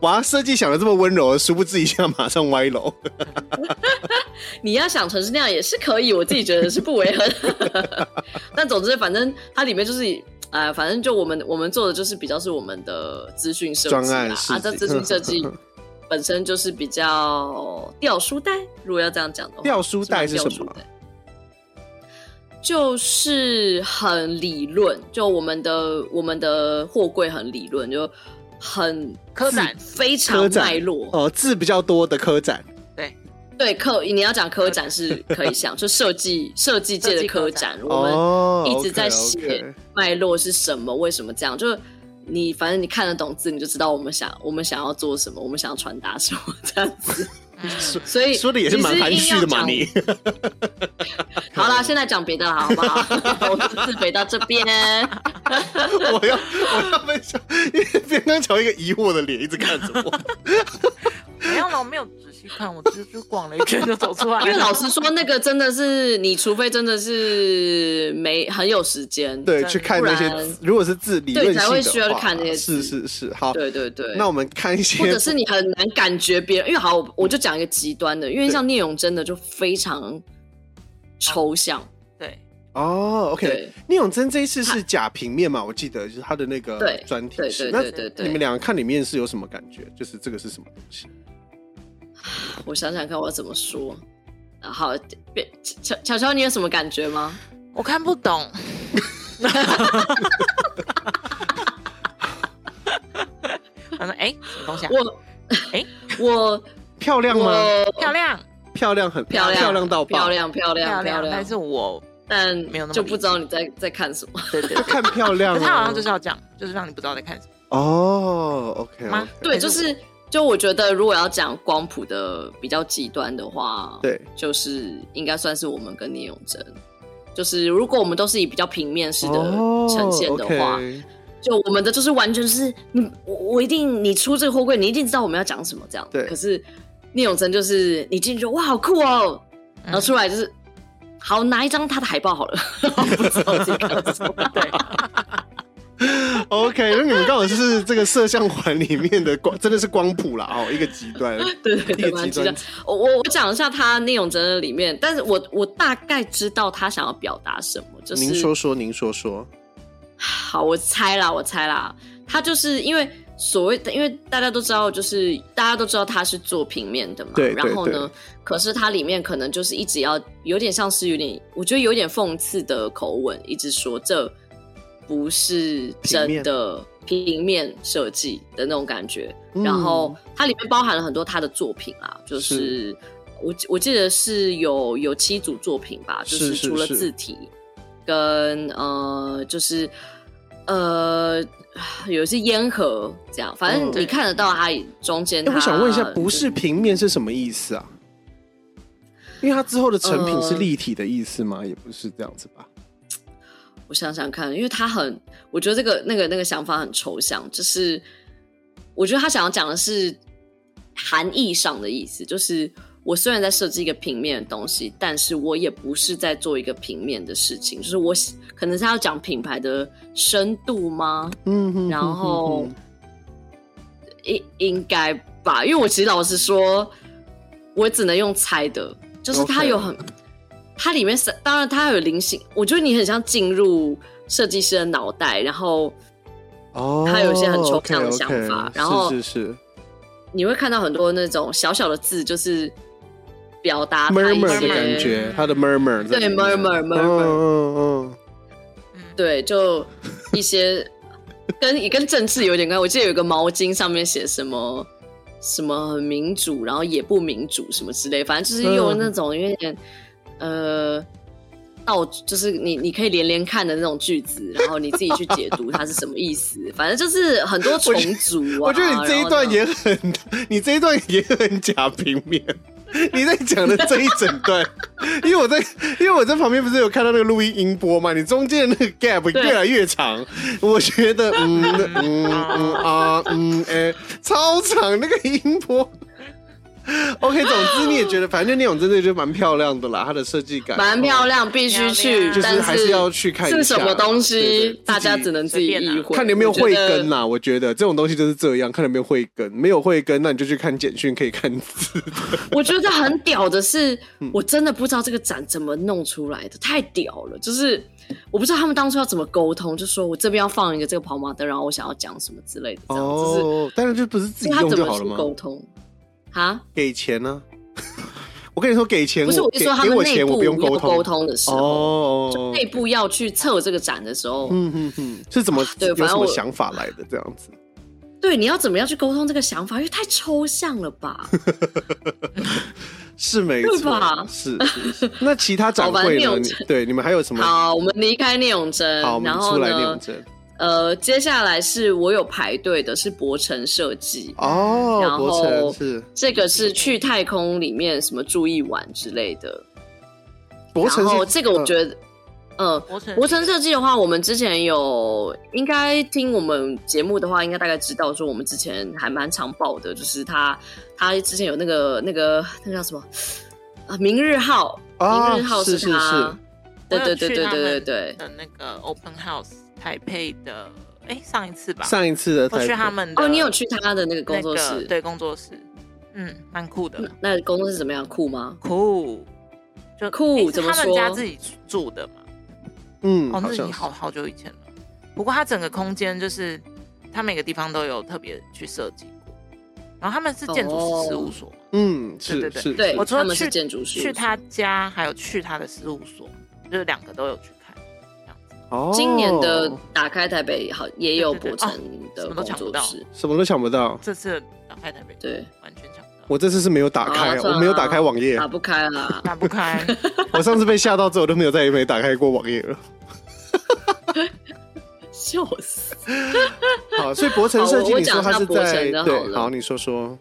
哇，设计想的这么温柔，殊不知一下马上歪楼。
你要想成是那样也是可以，我自己觉得是不违和。 但总之，反正它里面就是以，呃，反正就我们我们做的就是比较是我们的资讯设
专
计
案
啦
设
啊，这
计
资讯设 计本身就是比较掉书袋，如果要这样讲的话，
掉书袋
是
是
蛮
什
掉
么
书袋？就是很理论，就我们的我们的货柜很理论，就很
科展
自非
科
常
展
脉络，
哦、字比较多的科展，
对科，你要讲科
嗯
展是可以想，就设计设计界的科展，我
哦
们，一直在
OK，OK
写脉络是什么，为什么这样，就是你反正你看得懂字，你就知道我们想我们想要做什么，我们想要传达什么这样子。
嗯
所以
说的也是蛮含蓄的嘛，
其实硬
你
要讲。好啦，现在讲别的了，好不好？我们自肥到这边，
我要我要分享，因为边刚乔一个疑惑的脸一直看着 我。
没有了，我没有仔细看，我只是逛了一圈就走出来 了。
因为老实说，那个真的是你，除非真的是没很有时间，
对，
真
去看那些
不然
字，如果是字理论性的
对才会需要去
话
看那些字
是是是，好，
对对对。
那我们看一些，
或者是你很难感觉别人，因为好，我我就讲一个极端的，因为像聂永真的就非常抽象，
对，
哦，OK，
对
聂永真这一次是假平面嘛？我记得就是他的那个
对
专题
对
是，
对
那
对对
你
对。
们两个看里面是有什么感觉？就是这个是什么东西？
我想想看我要怎么说。啊好，别乔乔乔，你有什么感觉吗？
我看不懂， 他说：“哎、什么东西、啊？
我
诶，
我
漂亮吗？
我
漂亮，
漂亮，很
漂亮
漂亮到爆，
漂亮漂亮啊漂亮
但，是我
但
没有那么
就不知
理
道你在在看 什么。
对对
就
对，
看漂亮
可
哦。
他好像就是要这样，就是让你不知道在看什么。
哦，OK，
吗
对，
还是
就
我
是就我觉得，如果要讲光谱的比较极端的话，
对，
就是应该算是我们跟聂永真。就是如果我们都是以比较平面式的
哦
呈现的话，
，OK
就我们的就是完全是你我我一定你出这个货柜，你一定知道我们要讲什么这样。
对
可是聂永真就是你进去就哇好酷哦，然后出来就是、好拿一张他的海报好了， 不知道自己看了什么。
对，
哦 OK，那你们刚好是这个摄像环里面的光，真的是光谱啦，哦，一个极端，
对对
一
对，
个极
蛮极
端
端。。我我我讲一下他聂永真的里面，但是我我大概知道他想要表达什么，就是
您说说，您说说，
好，我猜啦，我猜啦，他就是因为所谓的，因为大家都知道，就是大家都知道他是做平面的嘛，
对对
然后呢，可是它里面可能就是一直要有点像是有点，我觉得有点讽刺的口吻，一直说这不是真的平面设计的那种感觉。
嗯
然后它里面包含了很多他的作品啊，就是。
是
我记我记得是有有七组作品吧，就是是
是
除了
是
字体跟呃，就是呃，有一些烟盒这样，反正
嗯
你看得到它中间
哎、
它、
我想问一下，不是平面是什么意思啊？因为它之后的成品
呃
是立体的意思吗？也不是这样子吧？
我想想看，因为他很，我觉得这个那个那个想法很抽象，就是我觉得他想要讲的是含义上的意思，就是我虽然在设计一个平面的东西，但是我也不是在做一个平面的事情，就是我喜可能是要讲品牌的深度吗？
嗯哼
然
哼哼
后
哼
应应该吧，因为我其实老实说，我只能用猜的，就是它
OK
有很它里面是当然它有灵性，我觉得你很像进入设计师的脑袋，然后
哦，
它有一些很抽象的想法
OK，OK，
然后
是是是
你会看到很多那种小小的字，就是表达啊它一
，murmur
些
的感觉，它的 murmur 在
对
里面
murmur
嗯
murmur，、
嗯嗯
嗯，
对，就一 些跟也跟政治有点关系。我记得有一个毛巾上面写什么什么很民主，然后也不民主什么之类，反正就是用
嗯
那种有点、呃。到就是你，你可以连连看的那种句子，然后你自己去解读它是什么意思。反正就是很多重组啊。
我觉得你这一
然后
段
呢
也很， 你这一段也很假平面。 你在讲的这一整段， 因为我在，因为我在旁边不是有看到那个录音音波嘛，你中间的那个 gap
对
越来越长，我觉 得，嗯欸嗯嗯啊嗯哎、超长那个音波， OK，总之你也觉得，反正那种真的就蛮漂亮的啦，它的设计感
蛮漂，亮，必须去，
哦然后就
但
是还是要去看一下
是什么东西，
对对
大家
自己
只能自己
随便啦
意会。
看你有没有
我觉
慧
得
根啦、我觉得这种东西就是这样，看有没有慧根，没有慧根，那你就去看简讯，可以看字。
我觉得很屌的是，
嗯
我真的不知道这个展怎么弄出来的，太屌了！就是我不知道他们当初要怎么沟通，就说我这边要放一个这个跑马灯，然后我想要讲什么之类的，这样、就是
哦，当然就不是自己
他
用
怎
就
么
好了
去
嘛，
沟通啊？
给钱呢、 我跟你说，给钱
不是，我就
给
说他
给
们
我
内
钱，
部
我不用沟
要
通。
沟通的时候，
哦，
就内部要去测这个展的时候，
嗯嗯嗯，是怎么、
啊对
有
反
什
正
么
我
想法来的这样子？
对，你要怎么样去沟通这个想法？因为太抽象了吧？
是没
对
错
吧，
是 是是。那其他展
好吧
会
聂
呢？
永
你
贞
对，你们还有什么？
好，我们离开聂永贞
好，我，们
然后
出来聂
呢
永？贞。
呃，接下来是我有排队的，是博成设计。
哦，
然
博成
后
是
这个是去太空里面什么注意玩之类的。
博成
然
是，
后这个我觉得，嗯，
博成
博成设计的话，我们之前有应该听我们节目的话，应该大概知道说我们之前还蛮常报的，就是他他之前有那个那个那个叫什么啊，明日号，
哦
明日号
是是是
他，对
我有
对对
去
对
他
对对
们
对，
的那个 Open House 台配的，哎，上一次吧，
上一次的
我
台
去
北
他们的
哦，你有去他的那个工
那
作室？
个对工作室，嗯，蛮酷的，
那工作室怎么样？酷吗？
酷，就
酷
诶是
怎么
他们家
说
自己住的嘛，
嗯，
哦，
好
那
像
已好好久以前了。不过它整个空间就是，它每个地方都有特别去设计过。然后他们是建筑师事务所嘛，
嗯是
对对
是
对
是
我除了
他哦们是
去
建筑师
去他家还有去他的事务所，就是两个都有去看，这样子
哦，
今年的打开台北好也有博成
对对对哦
的
什么
工
都抢不
作
到
室，
什么都想不到。
这次打开台北，
对，
完全抢不到，
我这次是没有打开，
啊
我
算
没有
了
打开网页
打。不开啊 啦。
打 不开。
我上次被吓到之后，我都没有再也没打开过网页了。
笑死！
好，所以博成
好
设计，
哦我
你说
讲一
它
下
是
博成
在
的好
对，
了
好，你说说。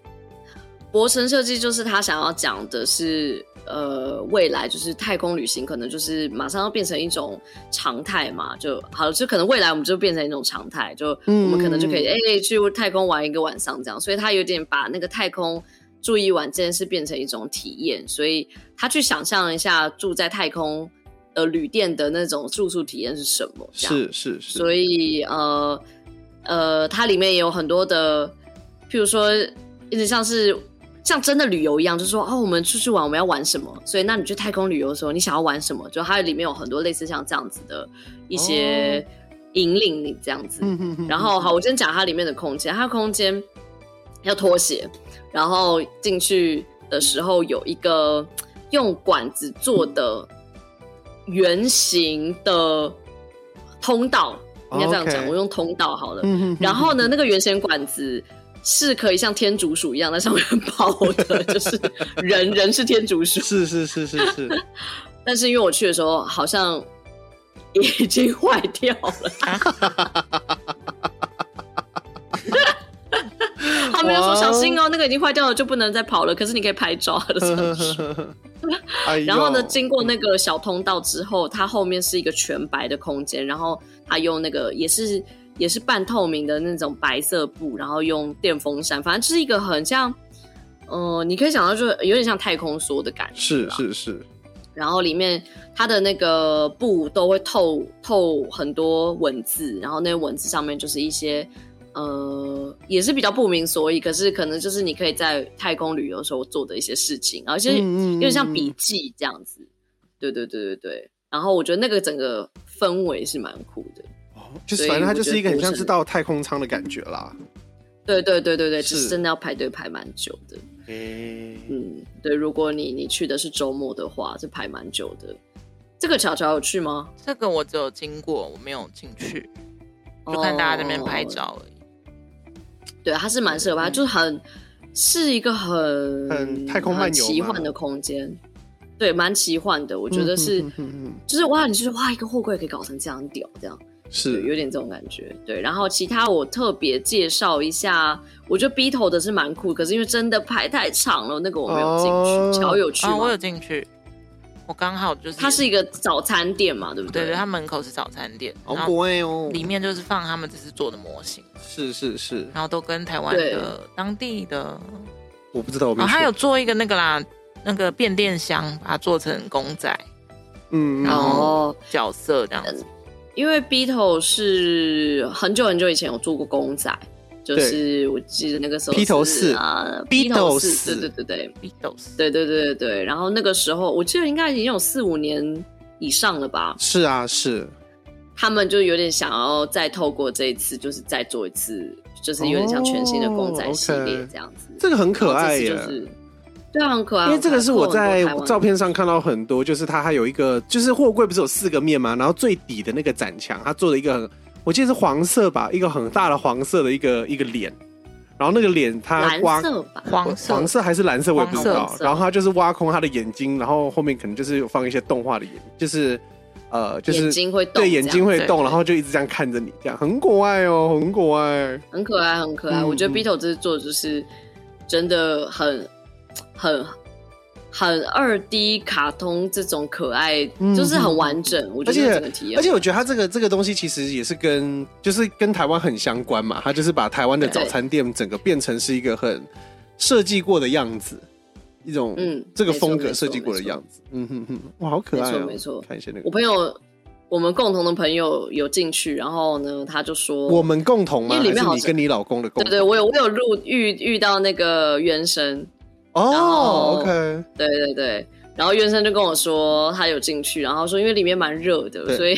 博成设计就是他想要讲的是，呃，未来就是太空旅行可能就是马上要变成一种常态嘛，就好了，就可能未来我们就变成一种常态，就我
嗯
们可能就可以哎、
嗯
去太空玩一个晚上这样，所以他有点把那个太空住一晚这件事变成一种体验，所以他去想象一下住在太空呃旅店的那种住宿体验是什么，这样
是是是，
所以呃呃，它里面也有很多的，譬如说，有点像是像真的旅游一样，就是说哦，我们出去玩，我们要玩什么？所以那你去太空旅游的时候，你想要玩什么？就它里面有很多类似像这样子的一些引领你这样子。
哦嗯哼哼
然后好，我先讲它里面的空间，它空间要脱鞋，然后进去的时候有一个用管子做的圆形的通道，应该这样讲
哦 OK
我用通道好了。
嗯哼哼
然后呢，那个圆形管子。是可以像天竺鼠一样在上面跑的，就是人人是天竺鼠，
是是是是是，
但是因为我去的时候好像已经坏掉了， 他们就说小心哦，那个已经坏掉了就不能再跑了，可是你可以拍照它的上去
哎呦
然后呢，经过那个小通道之后，它后面是一个全白的空间，然后它用那个也是也是半透明的那种白色布，然后用电风扇，反正就是一个很像，呃，你可以想到就是有点像太空梭的感觉，啊
是是是，
然后里面它的那个布都会透透很多文字，然后那些文字上面就是一些呃也是比较不明所以，可是可能就是你可以在太空旅游的时候做的一些事情，而且
嗯嗯嗯
有点像笔记这样子。对对对对对。然后我觉得那个整个氛围是蛮酷的。
哦就
所
是
以
反正它
我
就
觉
是
得
一个很
博
像
成
是到太空舱的感觉啦。
对对对对对，
是
就是真的要排队排蛮久的。
诶，
嗯，对，如果你你去的是周末的话，是排蛮久的。这个巧巧有去吗？
这个我只有经过，我没有进去，就看大家在那边拍
哦
照而已。
对，它是蛮适合吧，
嗯
就是很是一个很
很太空漫游
很奇
嘛
幻的空间，对，蛮奇幻的。我觉得
嗯
是，
嗯嗯嗯
就是哇，你就是哇，一个货柜可以搞成这样很屌，这样对，有
是
点这种感觉。对，然后其他我特别介绍一下，我觉得 B 头的是蛮酷，可是因为真的排太长了，那个我没有进
哦
去。乔有去
啊，我
吗
有？进去，我刚好就是
它是一个早餐店嘛，对不
对对，
对，
它门口是早餐店，
好
然后
贵哦，
里面就是放他们这次做的模型，
是是是
然后都跟台湾
对
的当地的
我不知道我没
哦，
啊
学。
他有做一个那个啦，那个变电箱，把它做成公仔
嗯，
然后
哦，
角色这样子。
因为 Beatle 是很久很久以前有做过公仔，就是我记得那个时候
披头
是
士
啊
Beatles
士，对对对对
Beatles，
对对对对对。然后那个时候我记得应该已经有四五年以上了吧，
是啊，是
他们就有点想要再透过这一次，就是再做一次，就是有点像全新的公仔系列这样子。
哦这个很可爱耶
然后这。次就是对啊，很可爱。
因为这个是我在照
片
片上看到很多，就是它还有一个，就是货柜不是有四个面嘛，然后最底的那个展墙，它做了一个很，我记得是黄色吧，一个很大的黄色的一个一个脸，然后那个脸它挖
蓝色吧，
黄色，
黄色还是蓝色我也不知
黄
道
色，
然后它就是挖空它的眼睛，然后后面可能就是有放一些动画的眼，就是呃，就是
眼睛会动
对眼睛会
这样
动，
对
然后就一直这样看着你，这样很可爱哦，很可爱。
很可爱，很可爱。
嗯
我觉得
嗯
Beatle 这次做的就是真的很很。很二 D 卡通这种可爱，
嗯
就是很完整，我觉
而且
得整个体验。
而且我觉得它这个这个东西其实也是跟就是跟台湾很相关嘛，它就是把台湾的
对
早餐店整个变成是一个很设计过的样子，一种
嗯
这个
没错
风格
没错
设计过的
没错
样子，嗯哼哼，哇，好可爱哦，
没错没错
看一下那个
我，朋友，我们共同的朋友有进去，然后呢，他就说
我们共同吗？
因为里面
还是
好
你
像
跟你老公的共
对
同？
对，我有我有入遇遇到那个原生，然
哦
后
，OK，
对对对，然后原生就跟我说他有进去，然后说因为里面蛮热
对
的，所以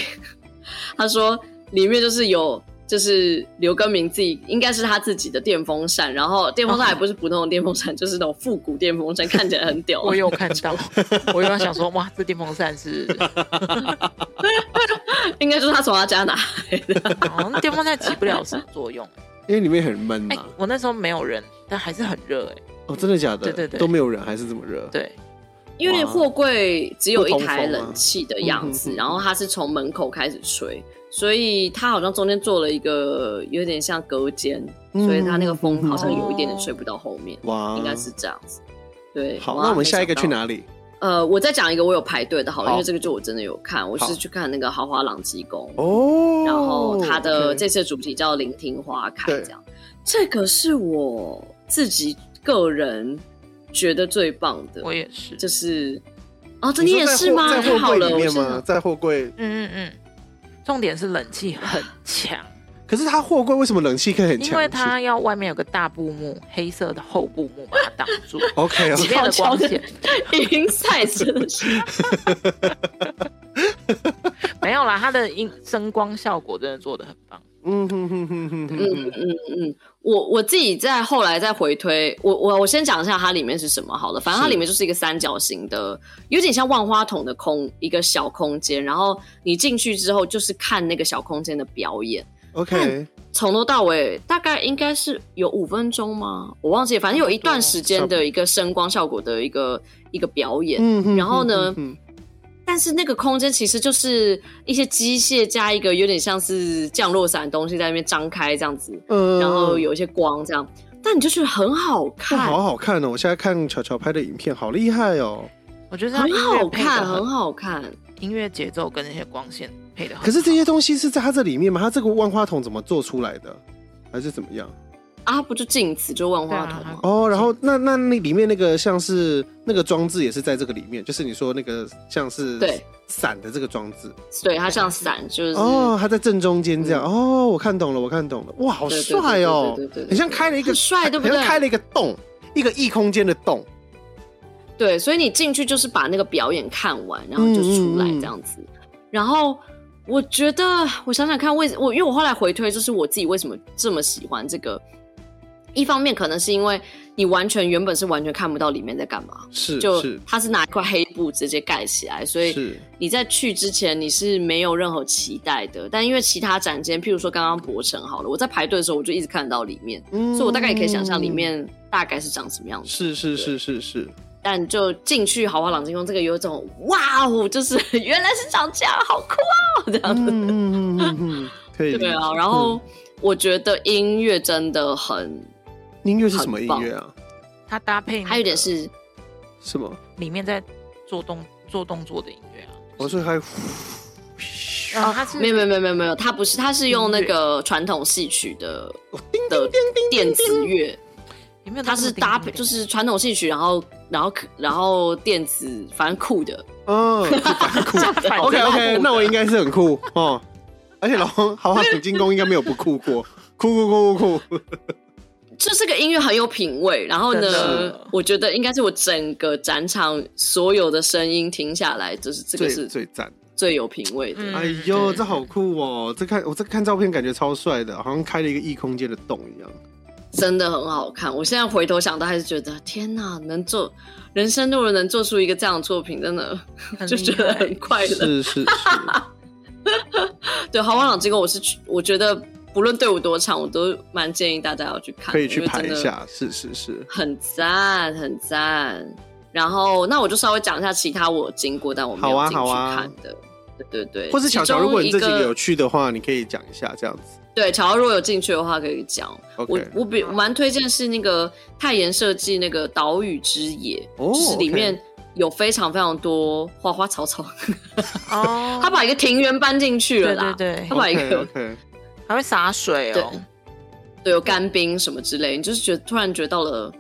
他说里面就是有就是刘根明自己应该是他自己的电风扇，然后电风扇还不是普通的电风扇，就是那种复古电风扇，看起来很 屌。
我有看 到，我有想说，哇，这电风扇是，
应该就是他从他家拿来的。
哦，那电风扇起不了什么 作用。
因为里面很闷
哎、
嘛，
我那时候没有人，但还是很热哎、
哦，真的假的？
对对对
都没有人还是这么热，
对，
因为
哇
货柜只有一台
不通风啊
冷气的样
嗯
子，
哼哼
然后它是从门口开始吹，所以它好像中间做了一个有点像隔间，
嗯
所以它那个
嗯
风
哼
好像有一点点吹不到后面，
哇，
应该是这样子。对，
哦好，
哇
那我们下一个去？
没想到
哪里？
呃，我再讲一个我有排队的，好了，
好
因为这个就我真的有看，我
好
是去看那个豪华朗基宫，
哦，
然后它的
OK
这次的主题叫“聆听花开
对”
这样，这个是我自己个人觉得最棒的，
我也是。
就是哦，这
你
你
说
也
在
是
货
吗？
在
太
货
好
柜
了，
里
我
面
现
吗？
在
在货柜，
嗯嗯嗯，重点是冷气很强，
可是它货柜为什么冷气可以很强
因
势？
为它要外面有个大布幕，黑色的厚布幕把它挡住，
OK
里
OK，
面的光
悄悄
线
赢赛真的是
没有啦，它的音声光效果真的做的很棒。
嗯哼哼哼哼哼哼，
嗯我我自己在后来再回推，我我我先讲一下它里面是什么好了，反正它
是
里面就是一个三角形的，有点像万花筒的空一个小空间，然后你进去之后就是看那个小空间的表演，
OK，
从头到尾大概应该是有五分钟吗？我忘记了，反正有一段时间的一个声光效果的一个一个表演，
嗯哼
然后呢
嗯
但是那个空间其实就是一些机械加一个有点像是降落伞的东西在那边张开这样子，
呃
然后有一些光这样，但你就觉得很好
哇
看，
好好看哦！我现在看巧巧拍的影片，好厉害哦。
我觉得它
很
音乐
好
配的
看，
很
很好看。
音乐节奏跟那些光线配的很好。
可是这些东西是在它这里面吗？它这个万花筒怎么做出来的？还是怎么样？
啊，不就镜子就万花筒
对啊
吗？
哦，然后那那那里面那个像是那个装置也是在这个里面，就是你说那个像是
对
伞的这个装置
对，它像伞，就是
哦，它在正中间这样哦，我看懂了，我看懂了，哇，好
对对
帅哦
对对对对对，对
很像开了一个
很帅对不对
很像开了一个洞，一个异空间的洞，
对，所以你进去就是把那个表演看完，然后就出来这样子。然后我觉得，我想想看为，我因为我后来回推，就是我自己为什么这么喜欢这个。一方面可能是因为你完全原本是完全看不到里面在干嘛，
是
就是它是拿一块黑布直接盖起来，所以
是
你在去之前你是没有任何期待的。但因为其他展间，譬如说刚刚博城好了，我在排队的时候我就一直看到里面，
嗯
所以我大概也可以想象里面大概是长什么样子。
是是是是是，
但就进去豪华朗金宫，这个有一种哇哦，就是 原来是长这样，好酷哦，这样
嗯
子。
嗯嗯嗯嗯，可以理解
对啊，然后我觉得音乐真的很，
音乐是什么音乐啊？
它搭配、那个
还有一点是，
什么？
里面在做动做动作的音乐啊。
我说还
然后它是
哦没有没有没有没有没有，它不嗯是，它是用那个传统戏曲的的电子乐，
也没有到
它
这么
是
顶
搭
顶
配，
顶
就是传统戏曲，然后然后然后电子，反正酷的。
嗯，很酷。
反
OK
正
OK，
我
那我应该是很酷哦。而且老公豪华水晶宫应该没有不酷过，酷酷酷酷酷。
就是个音乐很有品味，然后
真
呢
的，
我觉得应该是我整个展场所有的声音停下来，就是这个
最
是
最赞！
最有品味的。
嗯
哎呦，这好酷哦！这看我这看照片感觉超帅的，好像开了一个异空间的洞一样。
真的很好看。我现在回头想到，还是觉得天哪，能做人生如果能做出一个这样的作品，真的
很
就
厉
觉得
害
很快乐。
是是是，
对《豪华老机构》，我是去我觉得不论队伍多长，我都蛮建议大家要去看，
可以去
因为
排
真
一
的
下。是是是，
很赞，很赞。然后，那我就稍微讲一下其他我经过但我没
好
有
啊
进去
好啊
看的，对对对。
或是巧巧，
其中
如果你这
一
几个
个
有去的话，你可以讲一下这样子。
对，巧巧如果有进去的话，可以讲。我
OK，
我比我蛮推荐是那个泰妍设计那个《岛屿之野》
哦
就是里
OK
面有非常非常多花花草草，
哦，
他把一个庭园搬进去了
对
啦，
对对
他，把一
OK
个
OK，
还会洒水哦，
对有干冰什么之类，你就是觉得突然觉得到了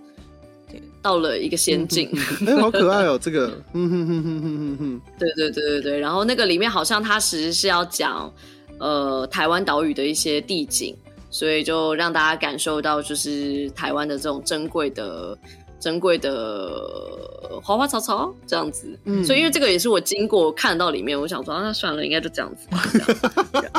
对
到了一个仙境。
哎，好可爱哦，这个，嗯哼哼哼哼哼哼，
对对对对对，然后那个里面好像它其实是要讲，呃，台湾岛屿的一些地景，所以就让大家感受到就是台湾的这种珍贵的、珍贵的呃花花草草这样子。
嗯
所以因为这个也是我经过看到里面，我想说、啊、那算了，应该就这样子吧， 这样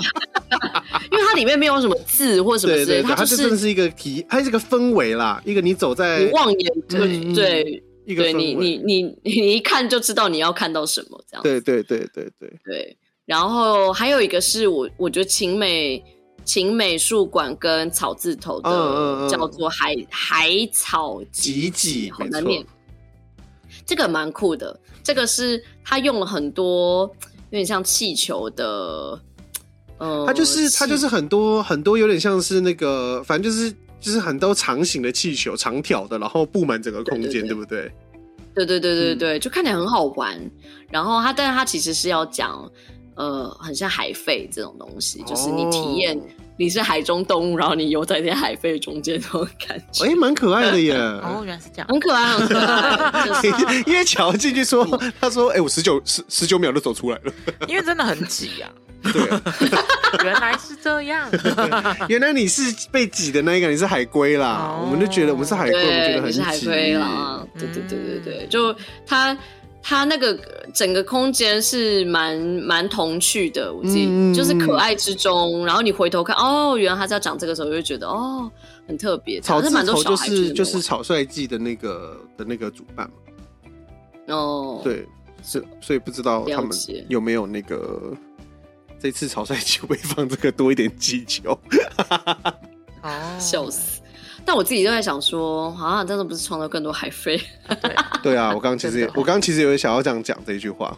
因为它里面没有什么字或什么
对
之类，
对对，
它
它
就
就真的
是
是一个题，它是一个氛围啦，一个你走在
你望眼
嗯
对
嗯
对
一个
对，
氛
你
围，
你你 你一看就知道你要看到什么这样子。
对对对对对，
对，然后还有一个是我我觉得晴美晴美术馆跟草字头的、
嗯嗯嗯
叫做海海草集
挤挤，
好
没
难
错
念，，这个蛮酷的。这个是他用了很多有点像气球的，呃，
它就是它就
气
是很多很多有点像是那个，反正就是就是很多长形的气球，长条的，然后布满整个空
对对
间，
对
对不对？
对对对对
嗯
对，就看起来很好玩。然后它，但是它其实是要讲，呃，很像海废这种东西，就是你体验
哦
你是海中动物，然后你游在这些海废中间那种感觉，
哎，蛮可爱的耶。
哦，原来是这样，
很可爱，很可爱。就是
因为乔进去说，
嗯
他说：“哎、我十九十十九秒就走出来了。
因为真的很挤呀，
对啊、
原来是这样，
原来你是被挤的那一个，你是海龟啦。我
哦
们就觉得我们是海龟，我们觉
对，
得很
你
挤。
是海龟啦，对对对对对，
嗯
就它它那个整个空间是蛮蛮童趣的，我自己、
嗯
就是可爱之中，然后你回头看，哦，原来它在长这个时候，就会觉得哦，很特别，
草
这
字
样蛮多
头
小
就
孩
是
子
就是草率季的那个的那个主办嘛，
哦，，
对，是所以不知道他
了
们
解
有没有那个这次草率季会放这个多一点气球，
哦，
笑死。但我自己就在想说，啊，真的不是创造更多海飞？
对啊，我刚刚其实也
真的
我刚刚其实有想要这样讲这一句话，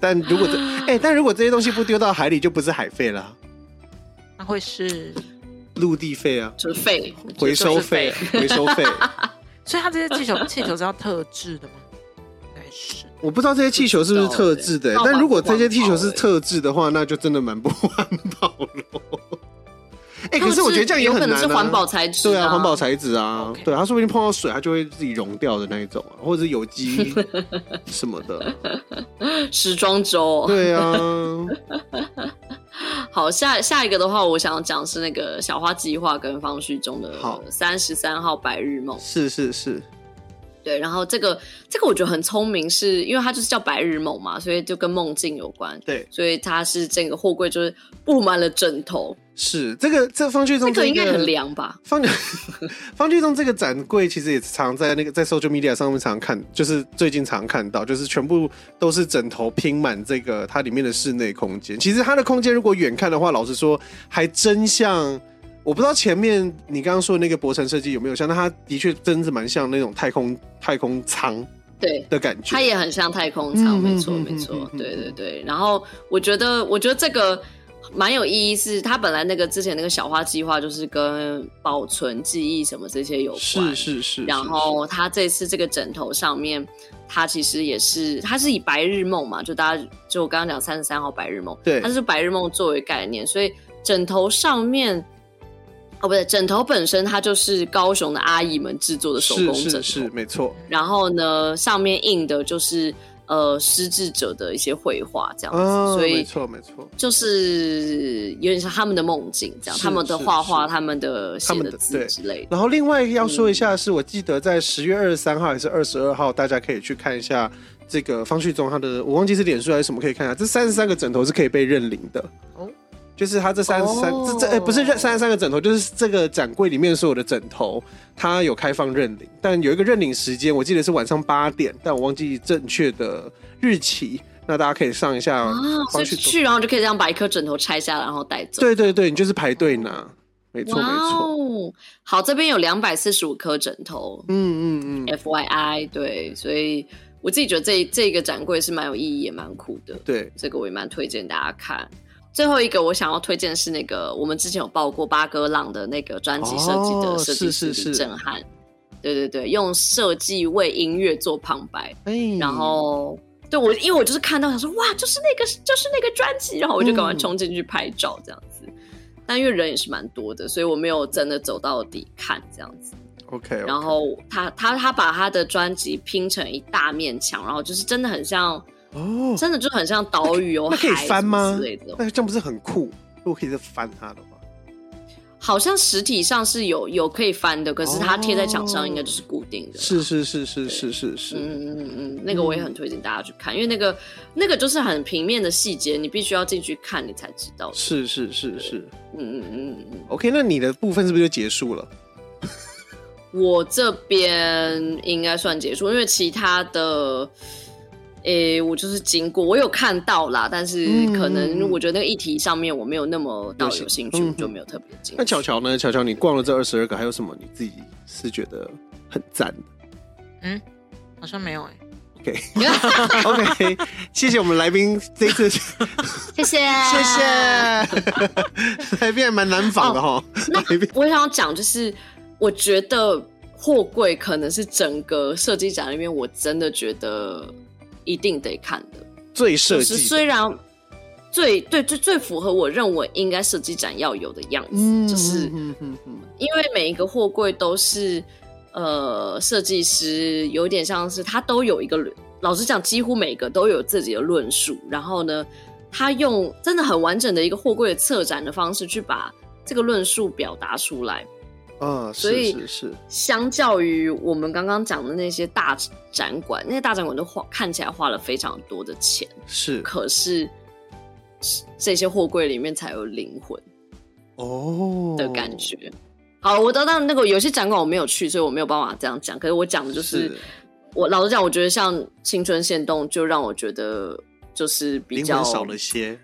但如果这
啊
哎、但如果这些东西不丢到海里，就不是海费啦，
那会是，
陆地费啊，
就是废，
回收费啊，回收费。
所以它这些气球气球是要特制的吗？应该是，
我不知道这些气球是不是特制
不
的、
知道欸
但如果这些气球是特制的话，那就真的蛮不环保了。 哎、可是我觉得这样也
有可
很
能
难、
是
啊。
环保材质、
对啊，环保材质啊
OK
对，它说不定碰到水，它就会自己溶掉的那一种 啊，或者是有机什么的。
时装周。
对啊，
好，下下一个的话，我想要讲是那个小花计划跟方旭中的
好
三十三号白日梦。
是是是，
对，然后这个这个我觉得很聪明是，因为它就是叫白日梦嘛，所以就跟梦境有关，
对，
所以它是整个货柜就是布满了枕头，
是这个这方旭中
这个
一
应该很凉吧？
方 方俊东这个展柜其实也常在那个在 social media 上面常看，就是最近常看到，就是全部都是枕头拼满这个它里面的室内空间。其实它的空间如果远看的话，老实说，还真像。我不知道前面你刚刚说的那个博城设计有没有像，但它的确真是蛮像那种太空太空舱
对，
的感觉。
它也很像太空舱，
嗯
没错
嗯
没错
嗯，嗯
对对对。然后我觉得，我觉得这个蛮有意义是，它本来那个之前那个小花计划就是跟保存记忆什么这些有关，
是是是，
然后他这次这个枕头上面，他其实也是，他是以白日梦嘛，就大家就我刚刚讲三十三号白日梦，
对
它是白日梦作为概念，所以枕头上面哦，不对，枕头本身它就是高雄的阿姨们制作的手工
是
枕头，
是是，没错。
然后呢，上面印的就是呃失智者的一些绘画这样子，
啊，
所
没
以
错没错，
就是有点像他们的梦境这样，
是
他们的
是
画画、
是
他们的
他
写
们的
字
对
之类的。
然后另外要说一下是，我记得在十月二十三号还是二十二号，大家可以去看一下这个方旭中他的，我忘记是脸书还是什么，可以看一下。这三十三个枕头是可以被认领的
哦
就是他这三十三
哦
这这哎、不是这三十三个枕头，就是这个展柜里面所有的枕头，它有开放认领，但有一个认领时间，我记得是晚上八点，但我忘记正确的日期。那大家可以上一下
啊，所
方
以
旭中，
去然后就可以这样把一颗枕头拆下来，然后带走。
对对对，你就是排队拿，没错没错，
哦，好，这边有两百四十五颗枕头、
嗯嗯嗯。
f y i 对，所以我自己觉得这这个展柜是蛮有意义，也蛮酷的。
对，
这个我也蛮推荐大家看。最后一个我想要推荐的是那个我们之前有报过八哥浪的那个专辑设计的
哦
设计师
是是
李
是
震撼，对对对，用设计为音乐做旁白，
哎，
然后对我因为我就是看到想说哇，就是那个就是那个专辑，然后我就赶快
嗯
冲进去拍照这样子。但因为人也是蛮多的，所以我没有真的走到底看这样子。
OK，哦
然后他他他把他的专辑拼成一大面墙，然后就是真的很像
哦，
真的就很像岛屿有
那
海
可以翻
什
吗
么之类的？
那这样不是很酷？如果可以再翻它的话，
好像实体上是有有可以翻的，可是它贴在墙
哦
上应该就是固定的。
是。是是是是是是，
啊嗯嗯嗯，那个我也很推荐大家去看，因为那个那个就是很平面的细节，你必须要进去看你才知道。
是是是是。
嗯嗯嗯嗯
OK，那你的部分是不是就结束了？
嗯，我这边应该算结束，因为其他的，诶、我就是经过，我有看到啦，但是
嗯
可
嗯
能
嗯
我觉得那个议题上面我没有那么到有兴趣，
嗯
我就没有特别进去。
那巧巧呢？巧巧，你逛了这二十二个，还有什么你自己是觉得很赞 的
好像没有哎、
？OK，谢谢我们来宾这一 次，谢
谢谢，
谢。来宾还蛮难访的哈，
那我想要讲，就是我觉得货柜可能是整个设计展里面，我真的觉得一定得看的。
最
就
设
是
计的，
虽然最对最最符合我认为应该设计展要有的样子，就是
嗯嗯嗯
因为每一个货柜都是呃设计师，有点像是他都有一个论，老实讲，几乎每个都有自己的论述。然后呢，他用真的很完整的一个货柜的策展的方式去把这个论述表达出来。
嗯啊，
所以
是是是，
相较于我们刚刚讲的那些大展馆，那些大展馆都花看起来花了非常多的钱，
是
可是这些货柜里面才有灵魂
哦
的感觉。好，我知道那个有些展馆我没有去，所以我没有办法这样讲。可是我讲的就是，
是
我老实讲，我觉得像青春限动就让我觉得就是比
灵
较
魂少了些，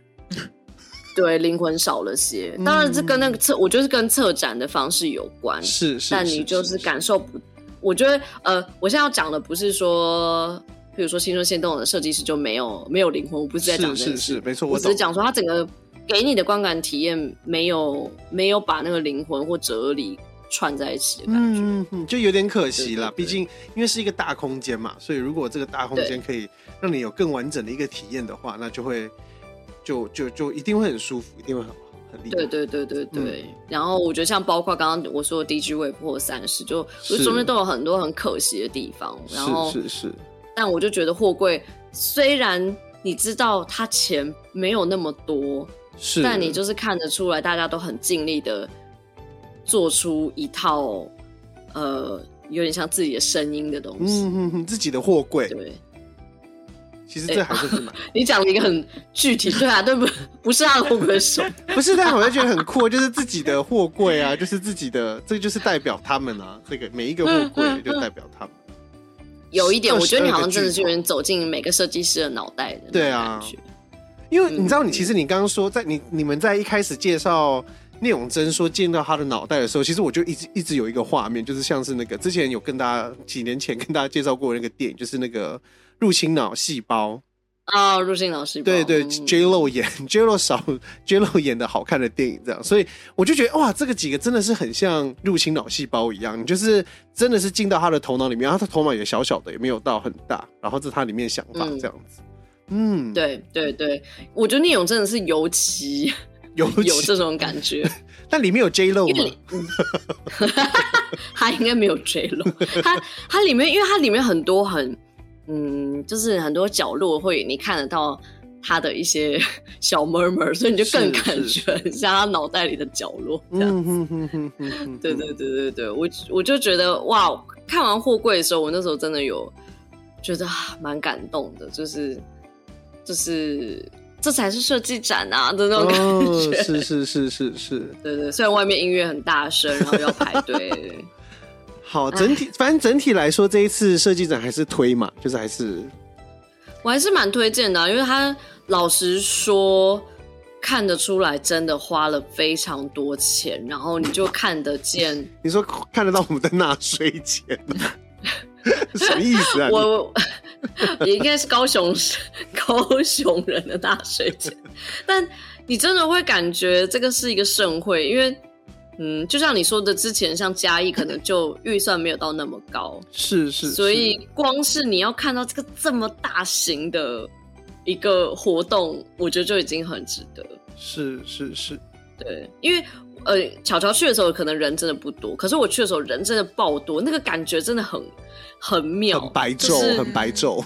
对灵魂少了些。当然，这跟那个策，我觉得是跟策展的方式有关。
嗯是是，
嗯但你就是感受不。我觉得，呃，我现在要讲的不是说，比如说青春限动的设计师就没有没有灵魂，我不是在讲这
是
件
是
事
是，没错，
我
我
只是
懂。
讲说他整个给你的观感体验没有没有把那个灵魂或哲理串在一起的感觉。
嗯嗯嗯，就有点可惜啦。
对对对
毕竟因为是一个大空间嘛，所以如果这个大空间可以让你有更完整的一个体验的话，那就会就就就一定会很舒服，一定会很好很厉害。
对对对对对，
嗯
然后我觉得像包括刚刚我说的 DG Wave 或三十，就我觉
是
得中间都有很多很可惜的地方。然后
是是是，
但我就觉得货柜虽然你知道它钱没有那么多，
是。
但你就是看得出来，大家都很尽力的做出一套呃，有点像自己的声音的东西。
嗯嗯嗯，自己的货柜，
对
其实这还是蛮
你讲了一个很具体，对啊，对不？ 不是他的后鬼手，
不是，但我就觉得很酷，就是自己的货柜啊，就是自己的，这就是代表他们啊，这个每一个货柜就代表他们。
有一点，
22
我觉得你好像真的
个
是
巨头
有点走进每个设计师的脑袋的那种
对啊
感觉
因为你知道，你其实你刚刚说，在你你们在一开始介绍聂永真说见到他的脑袋的时候，其实我就一直一直有一个画面，就是像是那个之前有跟大家几年前跟大家介绍过的那个电影，就是那个入侵脑细胞，
啊，入信老师，
对对
嗯
，J Lo 演 J Lo 少 J Lo 演的好看的电影这样，所以我就觉得哇，这个几个真的是很像入侵脑细胞一样，你就是真的是进到他的头脑里面，然后他的头脑也小小的，也没有到很大，然后这是他里面想法
嗯
这样子，嗯，
对对对，我觉得聂勇真的是尤其
尤
有
其
这种感 觉，
但里面有 J Lo
因为
吗
里？嗯 他应该没有追龙， 他他里面，因为它里面很多很嗯，就是很多角落会你看得到他的一些小 murmur，所以你就更
是
感
是
觉很像他脑袋里的角落这样。
嗯哼哼哼哼哼，
对对对对对，我我就觉得哇，看完《货柜》的时候，我那时候真的有觉得啊蛮感动的，就是就是这才是设计展啊的那种感
哦，
觉。
是是是是是，
对对，虽然外面音乐很大声，然后要排队，
好，整
嗯
体反正整体来说，这一次设计展还是推嘛，就是还是
我还是蛮推荐的啊、因为他老实说。看得出来，真的花了非常多钱，然后你就看得见
你说看得到我们在纳税钱吗， 什么意思啊？你
我我 也应该是高雄高雄人的大水节，但你真的会感觉这个是一个盛会，因为嗯，就像你说的，之前像嘉义可能就预算没有到那么高，
是是，
所
是
以光是你要看到这个这么大型的一个活动，我觉得就已经很值得。
是是是，
对，因为呃，巧巧去的时候可能人真的不多，可是我去的时候人真的爆多，那个感觉真的很很妙，
很白
就
昼，
是
很白 昼。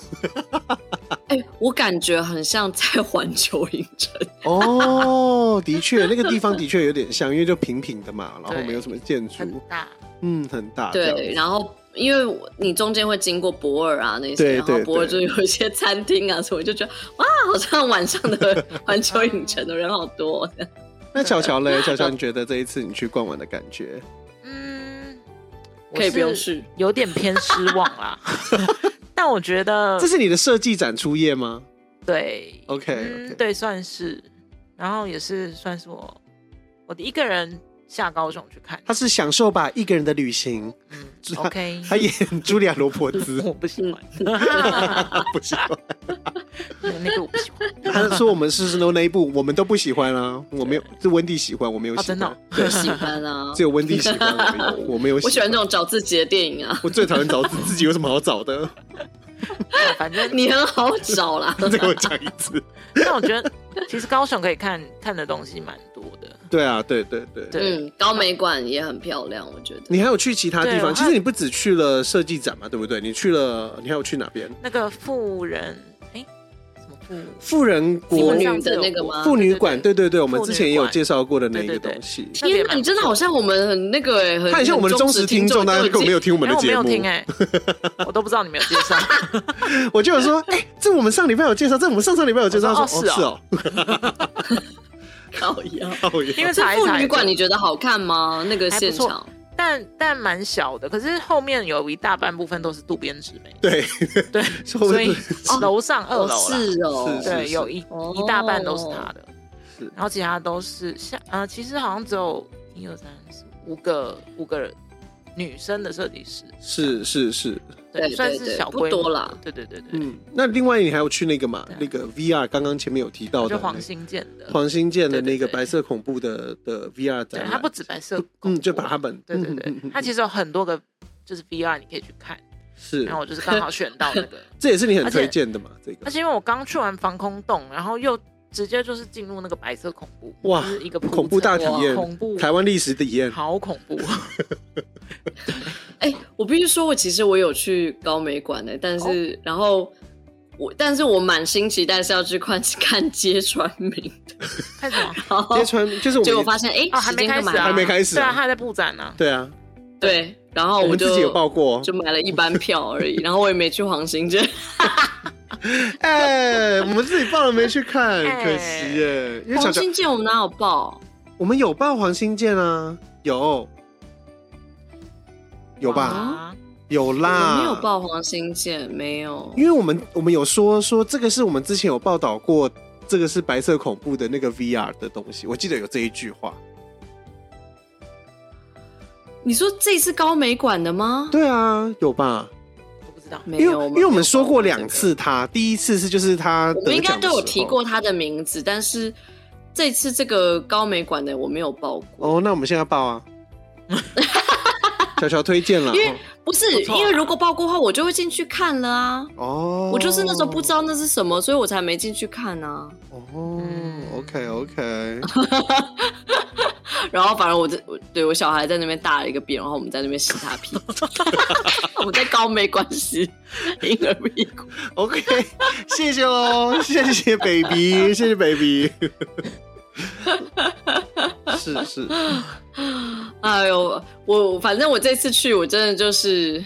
哎、我感觉很像在 环球影城，
哦，的确，那个地方的确有点像，因为就平平的嘛， 然后
对
没有什么建筑，
很大，
嗯，很大这样子。
对，然后。因为我你中间会经过博尔啊那些，
对
然后
对
博尔就
对
有一些餐厅啊什么，就觉得哇，好像晚上的 环球影城的人好多。
那巧 巧嘞，巧巧，你觉得这一次你去逛完的感觉？
嗯，
可以不用
试，
试
有点偏失望 啦。但我觉得
这是你的设计展出夜吗
对
？OK，,
嗯，对，算是，然后也是算是我我的一个人下高中去看，
他是享受吧一个人的旅 行。
嗯
是他
，OK，，
他演茱莉亚·罗伯兹
我不喜欢，
不喜欢。嗯
那个我不喜 欢，
他说我们是 Snow 那一部，我们都不喜欢啊。我没有，是温蒂喜欢，我没有喜
哦
欢。
真的哦
我喜欢 啊，
只有温蒂喜欢，我没有，我没有。
我喜欢这。种找自己的电影啊，
我最讨厌找自己有什么好找 的，
反正
你很好找 啦。
再给我讲一次。
但我觉得其实高雄可以看看的东西蛮多的，
对啊，对对对。
对，
嗯，高美馆也很漂亮，我觉得。
你还有去其他地
对
方？
我
其
还
实你不只去了设计展嘛，对不对？你去了，你还有去哪边？
那个富人，哎、什么富？哎
富人
妇
国
女
上次
的
有
那个
过
吗
妇女馆，对对对，我
妇
们
女
之前也有
馆
介绍过的那
对
个
对对
东西。
天
那
哪，
边
你真的好像我们很那个哎、很
他很像我们的忠实听众，
都
但
已
他
经
根本没有听我们
哎
的
我没
节
有
目。
听 哎、我都不知道你们有介绍。
我就有说，哎、这我们上礼拜有介绍，这我们上上礼拜有介绍，
我
他
说
说哦
靠腰。
是哦，哦耶
因为
是
查一
妇
查
女
也
馆，
就
你觉得好看吗？那个
还不
现
错
场
但但蛮小的，可是后面有一大半部分都是渡边直美，
对，
对，
是 后
所以
面
楼上二楼
哦
啦，
是哦，
是
对，有一
哦
一大半都是他的
是，
然后其他都是像呃，其实好像只有一二三四五个五个女生的设计师，
是是是，
对对
算
对
是小
不
规模
多啦，
对对对对，
嗯，那另外你还有去那个嘛
对，啊
那个 VR，刚刚前面有提到
就
的
黄兴建的，
黄兴建的那
对对
个
对
白色恐怖的的 VR
对
展，
它不止白色恐怖，
嗯，就把它们，
对
嗯
对
嗯
对，
嗯
它其实有很多个就是 VR 你可以去看，
是
然，后我就是刚好选到那个。
这也是你很
而且
推荐的嘛，这个
而且因为我刚去完防空洞，然后又直接就是进入那个白色恐怖，
哇
就是一个铺
恐怖大体
陈
验
哇恐怖，
台湾历史体验，
好恐 怖，
哎、我必须说，我其实我有去高美馆的、但是、
哦
然后我，但是我满心期待是要去看 看揭穿明，
看什么？
然后
揭穿就是我
结果
们
发现哎、
哦，还
时
没
间
开
就
始
满
啊，
了，
还没开始啊
对啊，他还在布展呢、
对啊，
对，然后
我
我
们
就
自己有报过，
就买了一般票而已，然后我也没去黄兴街，
哎，我们自己报了没去看，
哎
可惜耶， 因为巧
黄
巧
兴街我们哪有报？
我们有报黄兴建啊，有，有吧？
啊，
有
我
啦，
没有报黄兴街，没有。
因为我们我们有说说这个是我们之前有报道过，这个是白色恐怖的那个 VR 的东西，我记得有这一句话。
你说这次高美馆的吗？
对啊，有吧？
我不知道，
没
因为
有，
因为我们
有
说
报
过
这
两
个
次它，第一次是就是他
我们应该都有提过
他。
他的名字，但是这次这个高美馆的我没有报过。
哦，那我们现在报啊。小乔推荐了
因为不是
不错啊
因为如果报过话，我就会进去看了啊。
哦，
我就是那时候不知道那是什么，所以我才没进去看啊。
哦
嗯
，OK OK，
然后反正我这我对我小孩在那边大了一个便，然后我们在那边洗他屁 股，我们在高没关系，婴儿屁股。
OK，谢 谢喽，谢谢 baby，谢谢 baby。是是，
哎呦，我反正我这次去，我真的就是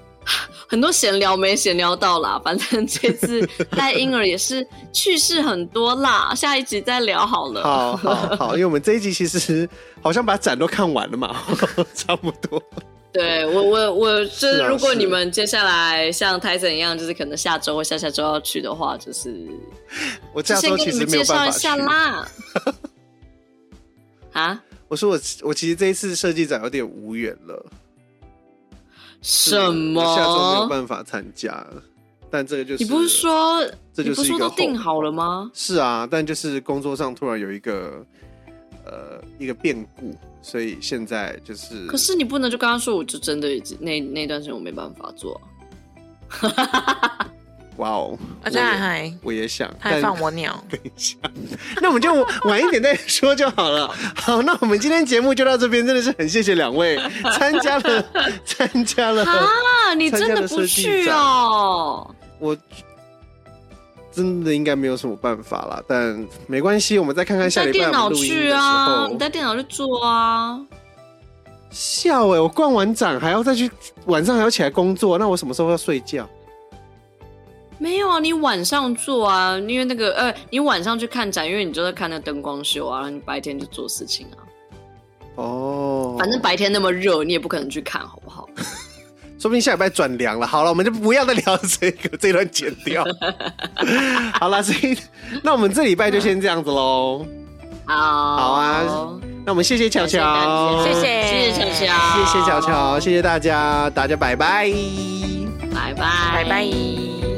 很多闲聊没闲聊到啦。反正这次 带婴儿也是趣事很多啦，下一集再聊好
啊
了。
好好好，因为我们这一集其实好像把展都看完了嘛， 差不多。
对我我我就是是
啊
如果
是
你们接下来像泰森一样，就是可能下周或下下周要去的话，就是
我
就
下
先
周
跟
其
你
实
们
没有
介绍
办
一
法去
下。啦。啊？
我说我我其实这一次设计展有点无缘了，是
什
我下周没有
么？
办法参加了。但这个就是
你不是说
这
你
就是
不是
一
说
个
都定
后
好了吗？
是啊，但就是工作上突然有一个呃一个变故，所以现在就是
可是你不能就跟他说，我就真的已经那那段时间我没办法做。
哇哦，
而且
我也
还
我也想，
他还
但
放我鸟，
那我们就晚一点再说就好了。好，那我们今天节目就到这边，真的是很谢谢两位参 加了，参加了。
啊，你
参加
真的
了
不
设计
去
展
哦？
我真的应该没有什么办法啦，但没关系，我们再看看
你
下
带
礼拜
电
我
脑
们录音
去
的时
啊，
候
你。带电脑去做啊。
笑哎、我逛完展还要再去，晚上还要起来工作，那我什么时候要睡觉？
没有啊，你晚上做啊，因为那个呃，你晚上去看展，因为你就在看那灯光秀啊，然后你白天就做事情啊。
哦，
反正白天那么热，你也不可能去看，好不好？
说不定下礼拜转凉了。好了，我们就不要再聊这个，这段剪掉。好了，所以那我们这礼拜就先这样子喽。
好，
好
好
啊，那我们谢谢巧巧，
谢
谢
谢谢谢乔乔，
谢谢巧，巧，谢谢大家，大家拜拜。
拜拜，
拜拜。